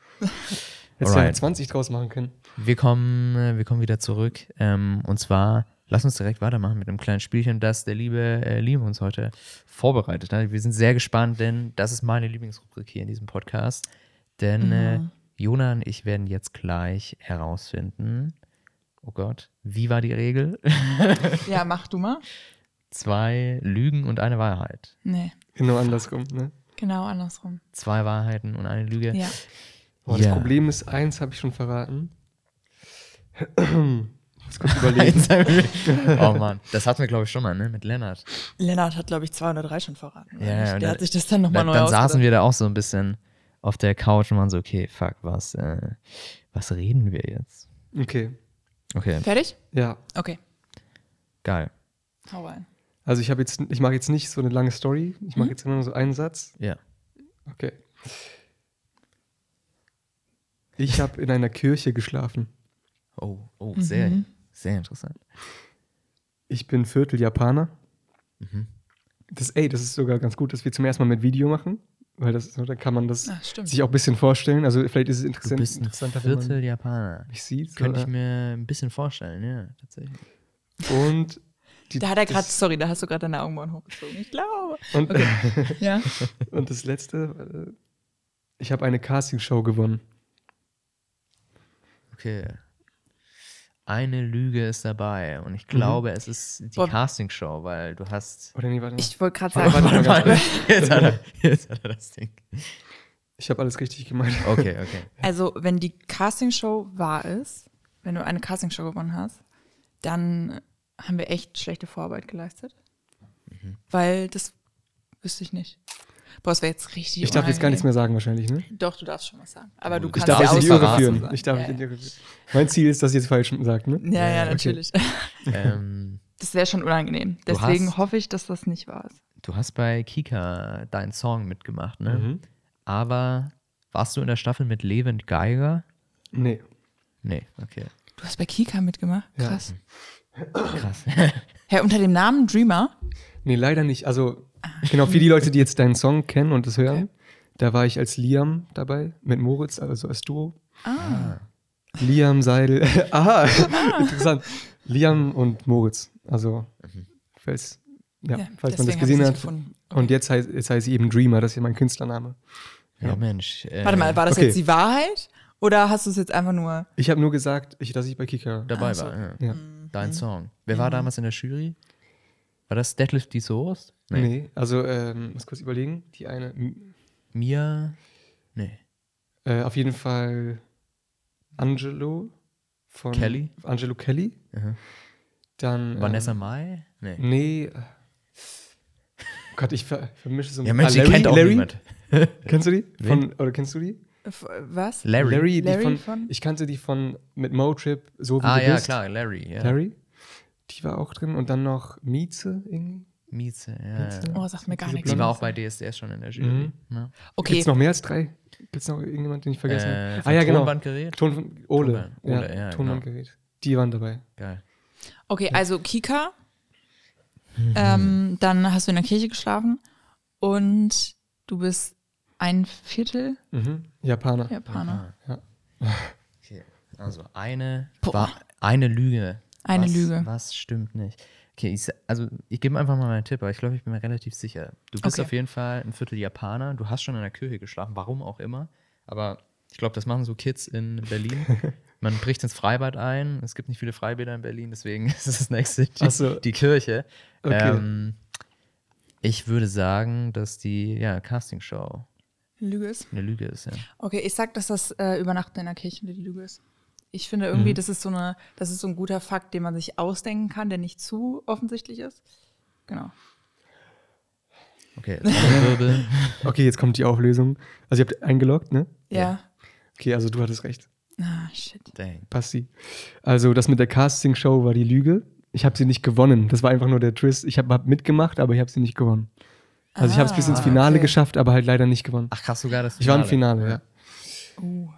D: Hättest du ja
B: Alright.
D: 20 draus machen können.
B: Wir kommen, äh, wir kommen wieder zurück. Ähm, und zwar, lass uns direkt weitermachen mit einem kleinen Spielchen, das der liebe äh, Liam uns heute vorbereitet hat. Wir sind sehr gespannt, denn das ist meine Lieblingsrubrik hier in diesem Podcast. Denn äh, Jona und ich werden jetzt gleich herausfinden, oh Gott, wie war die Regel?
C: Ja, mach du mal.
B: Zwei Lügen und eine Wahrheit.
C: Nee,
D: Genau andersrum. Ne?
C: genau andersrum.
B: Zwei Wahrheiten und eine Lüge.
C: Ja.
D: Boah,
B: Ja.
D: Das Problem ist, eins habe ich schon verraten. Muss kurz überlegen.
B: oh Mann, das hatten wir glaube ich schon mal, ne? Mit Lennart.
C: Lennart hat, glaube ich, zwei oder drei schon verraten. oder
B: Ja,
C: nicht?
B: ja, und
C: Der
B: dann-
C: hat sich das dann nochmal
B: Dann,
C: neu
B: dann saßen
C: ausgedacht.
B: wir da auch so ein bisschen auf der Couch und waren so, okay, fuck, was, äh, was reden wir jetzt?
D: Okay,
B: Okay,
C: Fertig?
D: ja.
C: Okay,
B: geil.
C: hau rein.
D: Also ich habe jetzt, ich mache jetzt nicht so eine lange Story. Ich mache jetzt immer nur so einen Satz.
B: Ja.
D: Okay. Ich habe in einer Kirche geschlafen.
B: Oh, oh,
C: Mhm.
B: sehr, sehr interessant.
D: Ich bin Viertel Japaner. Mhm. Das, ey, das ist sogar ganz gut, dass wir zum ersten Mal mit Video machen, weil das, so, dann kann man das
C: Ah, stimmt.
D: sich auch ein bisschen vorstellen. Also vielleicht ist es
B: Du
D: interessant,
B: bist ein
D: interessanter, äh, wenn man
B: Viertel Japaner.
D: mich sieht.
B: Könnte ich
D: oder?
B: mir ein bisschen vorstellen, ja, tatsächlich.
D: Und die-
C: Da hat er gerade,
D: das-
C: sorry, da hast du gerade deine Augenbrauen hochgezogen. Ich glaube.
D: und,
C: Ja.
D: und das letzte, äh, ich habe eine Castingshow gewonnen.
B: Okay. Eine Lüge ist dabei und ich glaube, es ist die
C: Mhm. Boah.
B: Castingshow, weil du hast.
D: Oder nee, warte mal. Ich,
C: Ich wollte gerade
D: warte, warte,
C: sagen,
D: mal ganz kurz.
B: Jetzt hat er, jetzt hat er das Ding.
D: ich habe alles richtig gemacht.
C: Oh,
B: Okay, okay.
C: also wenn die Castingshow wahr ist, wenn du eine Castingshow gewonnen hast, dann haben wir echt schlechte Vorarbeit geleistet.
D: Mhm.
C: Weil das wüsste ich nicht. Boah, das wäre jetzt richtig
D: Ich darf jetzt gar nichts mehr sagen wahrscheinlich, ne?
C: Doch, du darfst schon was sagen. Aber du
B: Ich
D: Ich
C: kannst
D: darf
C: ja
D: jetzt nicht
B: aussagen.
D: irreführen.
C: sagen.
D: Ich darf
C: ja,
D: nicht in
C: ja.
D: die irreführen. Mein Ziel ist, dass ich jetzt falsch sage, ne?
C: ja, ja,
D: okay.
C: natürlich.
B: ähm,
C: Das wäre schon unangenehm.
B: Du
C: Deswegen
B: hast-
C: hoffe ich, dass das nicht wahr ist.
B: Du hast bei Kika deinen Song mitgemacht, ne?
D: Mhm.
B: Aber warst du in der Staffel mit Levent Geiger?
D: Nee.
B: Nee, okay.
C: Du hast bei Kika mitgemacht?
D: Ja.
C: Krass.
B: Krass.
C: Hä, unter dem Namen Dreamer?
D: Nee, leider nicht. Also,
C: Ah.
D: genau, für die Leute, die jetzt deinen Song kennen und das hören, da war ich als Liam dabei, mit Moritz, also als Duo.
C: Ah.
D: Liam Seidel. Aha, interessant. Liam und Moritz. Also, falls, ja, falls man das
C: deswegen hab ich
D: gesehen
C: sie
D: hat.
C: gefunden.
D: Und jetzt heißt, jetzt heißt sie eben Dreamer, das ist ja mein Künstlername.
B: Ja, Mensch. Äh,
C: Warte mal, war das
D: okay.
C: jetzt die Wahrheit? Oder hast du es jetzt einfach nur.
D: Ich habe nur gesagt, ich, dass ich bei Kika.
B: dabei
C: Ach so.
B: war. Ja.
D: Ja.
C: Mhm.
B: Dein Song. Wer war damals in der Jury? War das Detlef die Soest?
D: Nee. also, ähm, muss kurz überlegen. Die eine, m-
B: Mia? Nee.
D: äh, auf jeden Fall Angelo von.
B: Kelly?
D: Angelo Kelly.
B: Aha.
D: Dann.
B: Vanessa
D: Ähm,
B: Mai? Nee.
D: nee. äh, Gott, ich ver vermische so ein
B: Ja, Mensch, die
D: Larry-
B: kennt auch
D: Larry?
B: niemand.
D: Kennst du die?
B: Wen?
D: Von, oder kennst du die?
C: F- Was?
B: Larry.
D: Larry,
C: Larry
D: die von,
C: von-
D: Ich kannte die von mit Motrip, so wie
B: Ah,
D: du
B: ja,
D: bist.
B: klar, Larry. Ja.
D: Larry. Die war auch drin. Und dann noch Mieze irgendwie.
B: Mieze, ja.
D: Mieze?
B: ja.
C: Oh, sagt mir gar
D: Diese
C: nichts.
B: Die war auch bei DSDS schon in der Jury.
D: Mhm.
B: Ne?
C: Okay.
D: Gibt's noch mehr als drei? Gibt's noch irgendjemand, den ich vergessen
B: Äh,
D: habe? Ah, genau.
B: vom Tonbandgerät?
D: Ton von Ole.
B: Tonband. Ole,
D: ja,
B: ja, genau.
D: Tonbandgerät. Die waren dabei.
B: Geil.
C: Okay, also Kika.
D: Mhm.
C: ähm, dann hast du in der Kirche geschlafen und du bist ein Viertel
D: Mhm. Japaner.
C: Japaner.
B: Okay, also eine,
C: Boah.
B: war, eine Lüge.
C: Eine
B: was,
C: Lüge.
B: Was stimmt nicht? Okay, ich, sa- also ich gebe einfach mal meinen Tipp, aber ich glaube, ich bin mir relativ sicher. Du bist
C: Okay.
B: auf jeden Fall ein Viertel Japaner. Du hast schon in der Kirche geschlafen, warum auch immer. Aber ich glaube, das machen so Kids in Berlin. Man bricht ins Freibad ein. Es gibt nicht viele Freibäder in Berlin, deswegen ist es das nächste die,
D: Ach so.
B: die Kirche.
D: Okay.
B: Ähm, ich würde sagen, dass die ja, Castingshow
C: Lüge ist.
B: eine Lüge ist. Ja.
C: Okay, ich sag, dass das äh, Übernachten in der Kirche die Lüge ist. Ich finde
D: Mhm.
C: irgendwie, das ist so eine, das ist so ein guter Fakt, den man sich ausdenken kann, der nicht zu offensichtlich ist. Genau.
B: Okay, jetzt Wirbel.
D: Okay, jetzt kommt die Auflösung. Also ihr habt eingeloggt, ne?
C: Ja.
D: Okay, also du hattest recht.
C: Ah, shit.
B: Dang.
D: Passi. Also das mit der Castingshow war die Lüge. Ich habe sie nicht gewonnen. Das war einfach nur der Twist. Ich habe hab mitgemacht, aber ich habe sie nicht gewonnen. Also ich habe es bis ins
C: Ah,
D: Finale
C: okay.
D: geschafft, aber halt leider nicht gewonnen.
B: Ach krass, sogar das
D: ich war im Finale, ja.
C: Uh.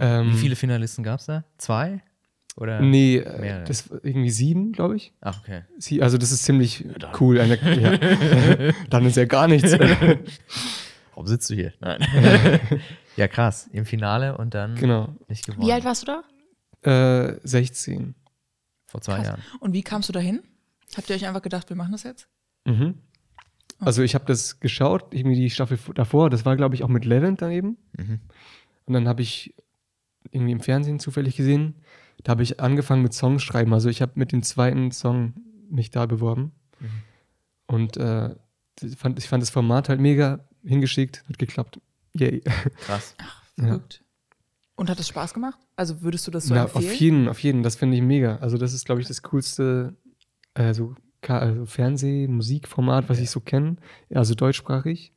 D: Ähm,
B: Wie viele Finalisten gab es da? Zwei? Oder?
D: Nee, äh,
B: Mehrere.
D: das war irgendwie sieben, glaube ich.
B: Ach, okay.
D: Sie, also das ist ziemlich cool. Eine, ja. Dann ist ja gar nichts.
B: Warum sitzt du hier? Nein. ja, krass. Im Finale und dann
D: Genau.
B: nicht gewonnen.
C: Wie alt warst du da?
D: Äh, 16.
B: Vor
D: Ah,
B: zwei
C: Krass.
B: Jahren.
C: Und wie kamst du dahin? Habt ihr euch einfach gedacht, wir machen das jetzt?
D: Mhm. Also ich habe das geschaut, ich mir die Staffel v- davor, das war glaube ich auch mit Levent daneben.
B: Mhm.
D: Und dann habe ich irgendwie im Fernsehen zufällig gesehen, da habe ich angefangen mit Songs schreiben. Also ich habe mit dem zweiten Song mich da beworben. Und äh, das fand, ich fand das Format halt mega hingeschickt, hat geklappt. Yay.
B: Krass.
C: Verrückt. Und hat es Spaß gemacht? Also würdest du das so
D: Na,
C: empfehlen?
D: auf jeden, auf jeden, das finde ich mega. Also das ist glaube ich das coolste äh, so, Ka- also Fernseh-, Musikformat, was ich so kenne, also deutschsprachig.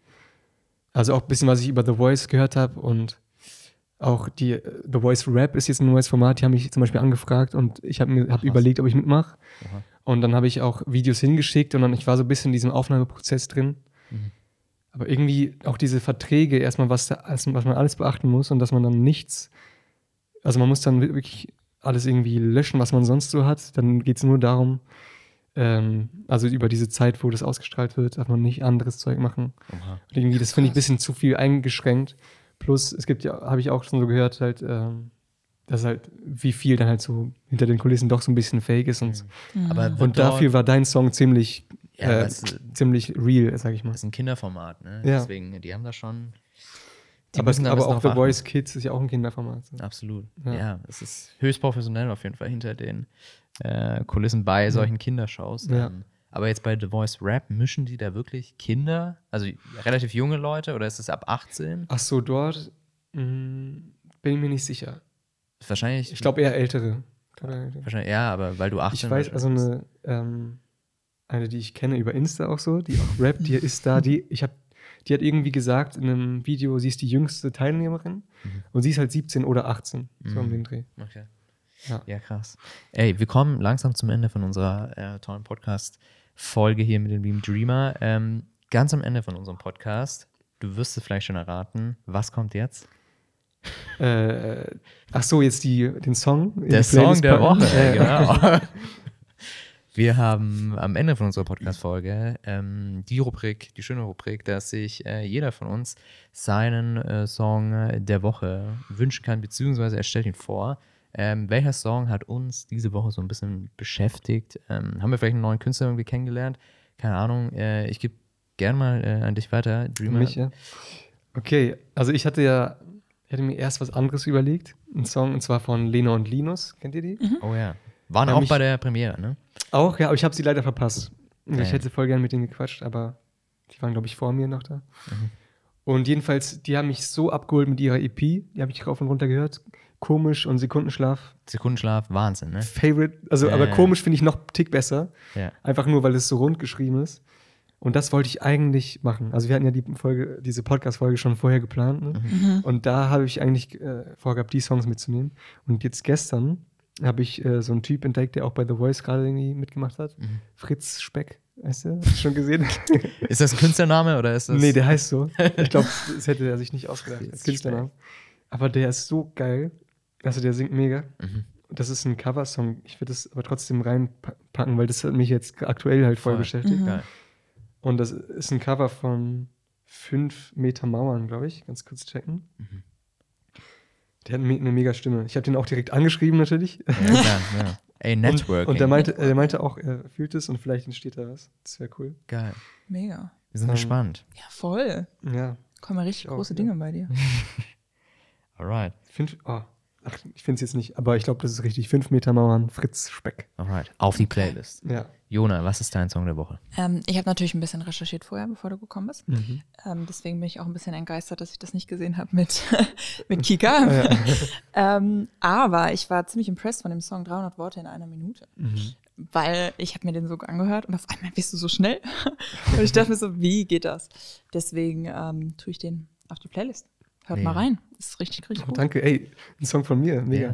D: Also auch ein bisschen, was ich über The Voice gehört habe und auch die äh, The Voice Rap ist jetzt ein neues Format, die haben mich zum Beispiel angefragt und ich habe mir hab überlegt, ob ich mitmache.
B: Aha.
D: Und dann habe ich auch Videos hingeschickt und dann ich war so ein bisschen in diesem Aufnahmeprozess drin. Aber irgendwie auch diese Verträge, erstmal, was, da, was man alles beachten muss und dass man dann nichts, also man muss dann wirklich alles irgendwie löschen, was man sonst so hat. Dann geht es nur darum, ähm, also über diese Zeit, wo das ausgestrahlt wird, darf man nicht anderes Zeug machen.
B: Oha.
D: Und irgendwie, das finde ich ein bisschen zu viel eingeschränkt. Plus, es gibt ja, habe ich auch schon so gehört, halt, ähm, dass halt, wie viel dann halt so hinter den Kulissen doch so ein bisschen fake ist. Und,
C: Mhm.
B: Aber wird
D: und
B: dort-
D: dafür war dein Song ziemlich,
B: Ja,
D: äh,
B: das-
D: ziemlich real, sag ich mal.
B: Das ist ein Kinderformat, ne?
D: Ja.
B: Deswegen, die haben da schon. Die
D: aber es-
B: müssen da ein
D: aber
B: bisschen
D: auch
B: drauf
D: The Voice Kids ist ja auch ein Kinderformat. so.
B: achten. Absolut. Ja.
D: Ja.
B: es ist höchst professionell auf jeden Fall hinter den äh, Kulissen bei solchen Kindershows.
D: Ja.
B: Ähm, aber jetzt bei The Voice Rap mischen die da wirklich Kinder, also relativ junge Leute oder ist es ab 18?
D: Ach so, dort mh, bin ich mir nicht sicher.
B: Wahrscheinlich.
D: Ich glaube eher ältere. Ich glaub, eher ältere.
B: Wahrscheinlich, ja, aber weil du 18
D: Ich weiß, also
B: wahrscheinlich bist.
D: eine, ähm, eine, die ich kenne über Insta auch so, die auch rappt, die ist da, die, ich habe, die hat irgendwie gesagt in einem Video, sie ist die jüngste Teilnehmerin
B: Mhm.
D: und sie ist halt 17 oder 18, so um den Dreh.
B: Okay. Ja.
D: Ja.
B: krass. Ey, wir kommen langsam zum Ende von unserer äh, tollen Podcast-Folge hier mit dem Beam Dreamer. Ähm, ganz am Ende von unserem Podcast, du wirst es vielleicht schon erraten, was kommt jetzt?
D: Äh, ach so, jetzt die, den Song. in
B: Der
D: die
B: Song
D: Playlist
B: der
D: packen.
B: Woche,
D: Äh,
B: genau. Wir haben am Ende von unserer Podcast-Folge ähm, die Rubrik, die schöne Rubrik, dass sich äh, jeder von uns seinen äh, Song der Woche wünschen kann, beziehungsweise er stellt ihn vor. Ähm, welcher Song hat uns diese Woche so ein bisschen beschäftigt? Ähm, haben wir vielleicht einen neuen Künstler irgendwie kennengelernt? Keine Ahnung. Äh, ich gebe gerne mal äh, an dich weiter, Dreamer.
D: Mich, ja. Okay, also ich hatte ja, ich hatte mir erst was anderes überlegt, einen Song, und zwar von Lena und Linus, kennt ihr die?
B: Oh ja. Waren
D: Ja,
B: auch
D: mich-
B: bei der Premiere, ne?
D: Auch, ja, aber ich habe sie leider verpasst. Ich
B: Ja.
D: hätte voll gern mit denen gequatscht, aber die waren, glaube ich, vor mir noch da.
B: Mhm.
D: Und jedenfalls, die haben mich so abgeholt mit ihrer EP. Die habe ich rauf und runter gehört. Komisch und Sekundenschlaf.
B: Sekundenschlaf, Wahnsinn, ne?
D: Favorite. Also,
B: Ja,
D: aber
B: ja.
D: komisch finde ich noch einen Tick besser.
B: Ja.
D: Einfach nur, weil es so rund geschrieben ist. Und das wollte ich eigentlich machen. Also, wir hatten ja die Folge, diese Podcast-Folge schon vorher geplant. Ne?
B: Mhm.
D: Und da habe ich eigentlich äh, vorgehabt, die Songs mitzunehmen. Und jetzt gestern habe ich äh, so einen Typ entdeckt, der auch bei The Voice gerade irgendwie mitgemacht hat.
B: Mhm.
D: Fritz Speck, weißt du? Hast du schon gesehen?
B: Ist das ein Künstlername oder ist das.
D: nee, der heißt so. Ich glaube, das hätte er sich nicht ausgedacht.
B: Fritz
D: als Künstlername. Aber der ist so geil. Also der singt mega.
B: Mhm.
D: Das ist ein Coversong. Ich würde das aber trotzdem reinpacken, weil das hat mich jetzt aktuell halt voll,
B: Voll.
D: beschäftigt.
B: Geil.
D: Und das ist ein Cover von 5 Meter Mauern, glaube ich. Ganz kurz checken. Der hat me- eine mega Stimme. Ich habe den auch direkt angeschrieben, natürlich.
B: Ja, klar, ja. Ey, Networking.
D: Und, und der, meinte, äh, der meinte auch, er fühlt es und vielleicht entsteht da was. Das wäre cool.
B: Geil.
C: Mega.
B: Wir sind
D: Ähm,
B: gespannt.
C: Ja, voll.
D: Ja.
C: Kommen ja richtig
D: Ich auch,
C: große
D: ja.
C: Dinge bei dir.
B: Alright,
D: Fünf, oh, ach, ich finde es jetzt nicht, aber ich glaube, das ist richtig. 5 Meter Mauern, Fritz Speck.
B: alright. Auf die Playlist.
D: Ja.
B: Jona, was ist dein Song der Woche?
C: Ähm, ich habe natürlich ein bisschen recherchiert vorher, bevor du gekommen bist.
D: Mhm.
C: Ähm, deswegen bin ich auch ein bisschen entgeistert, dass ich das nicht gesehen habe mit, mit
D: Ah,
C: Kika. ähm, aber ich war ziemlich impressed von dem Song 300 Worte in einer Minute.
D: Mhm.
C: Weil ich habe mir den so angehört und auf einmal bist du so schnell. und ich dachte mir so, wie geht das? Deswegen ähm, tue ich den auf die Playlist. Hört
B: Mega.
C: mal rein. Ist richtig, richtig
D: Oh,
C: gut.
D: danke, ey, ein Song von mir, mega.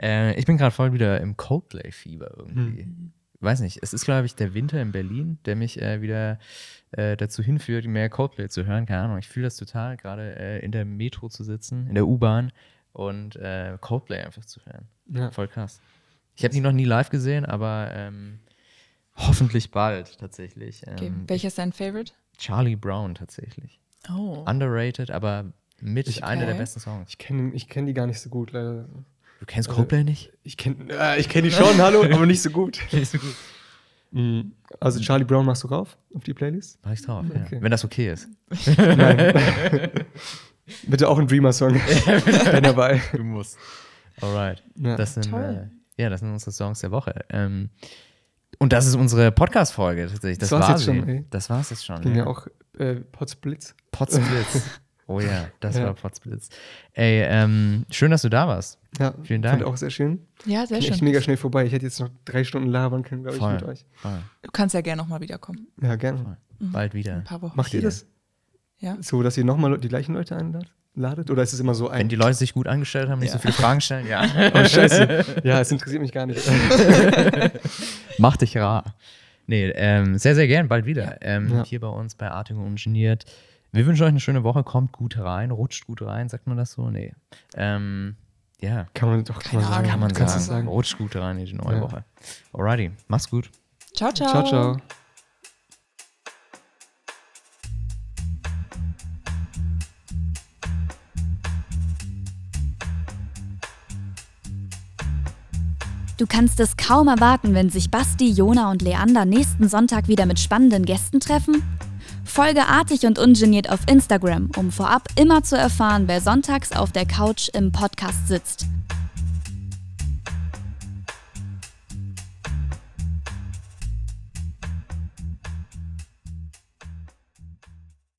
B: Äh, ich bin gerade voll wieder im Coldplay-Fieber irgendwie.
D: Hm.
B: Weiß nicht, es ist, glaube ich, der Winter in Berlin, der mich äh, wieder äh, dazu hinführt, mehr Coldplay zu hören. Keine Ahnung, ich fühle das total, gerade äh, in der Metro zu sitzen, in der U-Bahn und äh, Coldplay einfach zu hören.
D: Ja.
B: Voll krass. Ich habe die noch nie live gesehen, aber ähm, hoffentlich bald tatsächlich. Ähm,
C: Okay. Welcher ist dein Favorite?
B: Charlie Brown tatsächlich.
C: Oh.
B: Underrated, aber mit einer der besten Songs.
D: Ich kenne ich kenn die gar nicht so gut, leider.
B: Du kennst Coldplay nicht?
D: Ich kenne äh, ich kenn die schon, hallo, aber nicht so gut. Mm,
B: Mhm.
D: Also Charlie Brown machst du rauf auf die Playlist?
B: Mach ich drauf,
D: Okay.
B: ja. Wenn das okay ist.
D: Bitte auch ein Dreamer-Song. Bin dabei.
B: Du musst. Alright.
D: Ja.
B: Das sind, äh,
C: Toll.
B: ja, das sind unsere Songs der Woche. Ähm, und das ist unsere Podcast-Folge tatsächlich. Das,
D: Das war's
B: war
D: jetzt
B: sie.
D: schon, ey.
B: Das war's jetzt schon.
D: Ich bin
B: ja.
D: ja auch äh, Potsblitz.
B: Potzblitz. oh ja, das
D: Ja.
B: war Potzblitz. Ey, ähm, schön, dass du da warst.
D: Ja,
B: Vielen Dank.
D: Fand auch sehr schön.
C: Ja, sehr
D: Ging echt
C: schön.
D: mega schnell vorbei. Ich hätte jetzt noch drei Stunden labern können, glaube ich,
B: Voll.
D: mit euch.
B: Voll.
C: Du kannst ja gerne nochmal wiederkommen.
D: Ja, gerne.
B: Voll. Ah, Bald wieder.
C: Ein paar Wochen.
D: Macht ihr
B: Hier.
D: das
C: Ja.
D: so, dass ihr nochmal die gleichen Leute einladet? Oder ist es immer so ein...
B: Wenn die Leute sich gut angestellt haben, nicht
C: Ja.
B: so viele Fragen stellen, ja.
D: oh, scheiße. ja, es interessiert mich gar nicht.
B: Mach dich rar. Nee, ähm, sehr, sehr gern, bald wieder. Ähm,
D: Ja.
B: Hier bei uns bei Artigo Ungeniert. Wir wünschen euch eine schöne Woche. Kommt gut rein, rutscht gut rein, sagt man das so? Nee. Ähm, ja,
D: Kann man doch
C: Keine
D: mal sagen.
C: Ahnung.
B: kann man
D: Kannst
B: sagen.
D: du sagen.
B: Rutscht gut rein in die neue
D: Ja.
B: Woche. Alrighty, mach's gut.
C: Ciao, ciao.
D: Ciao, ciao.
A: Du kannst es kaum erwarten, wenn sich Basti, Jona und Leander nächsten Sonntag wieder mit spannenden Gästen treffen? Folge artig und ungeniert auf Instagram, um vorab immer zu erfahren, wer sonntags auf der Couch im Podcast sitzt.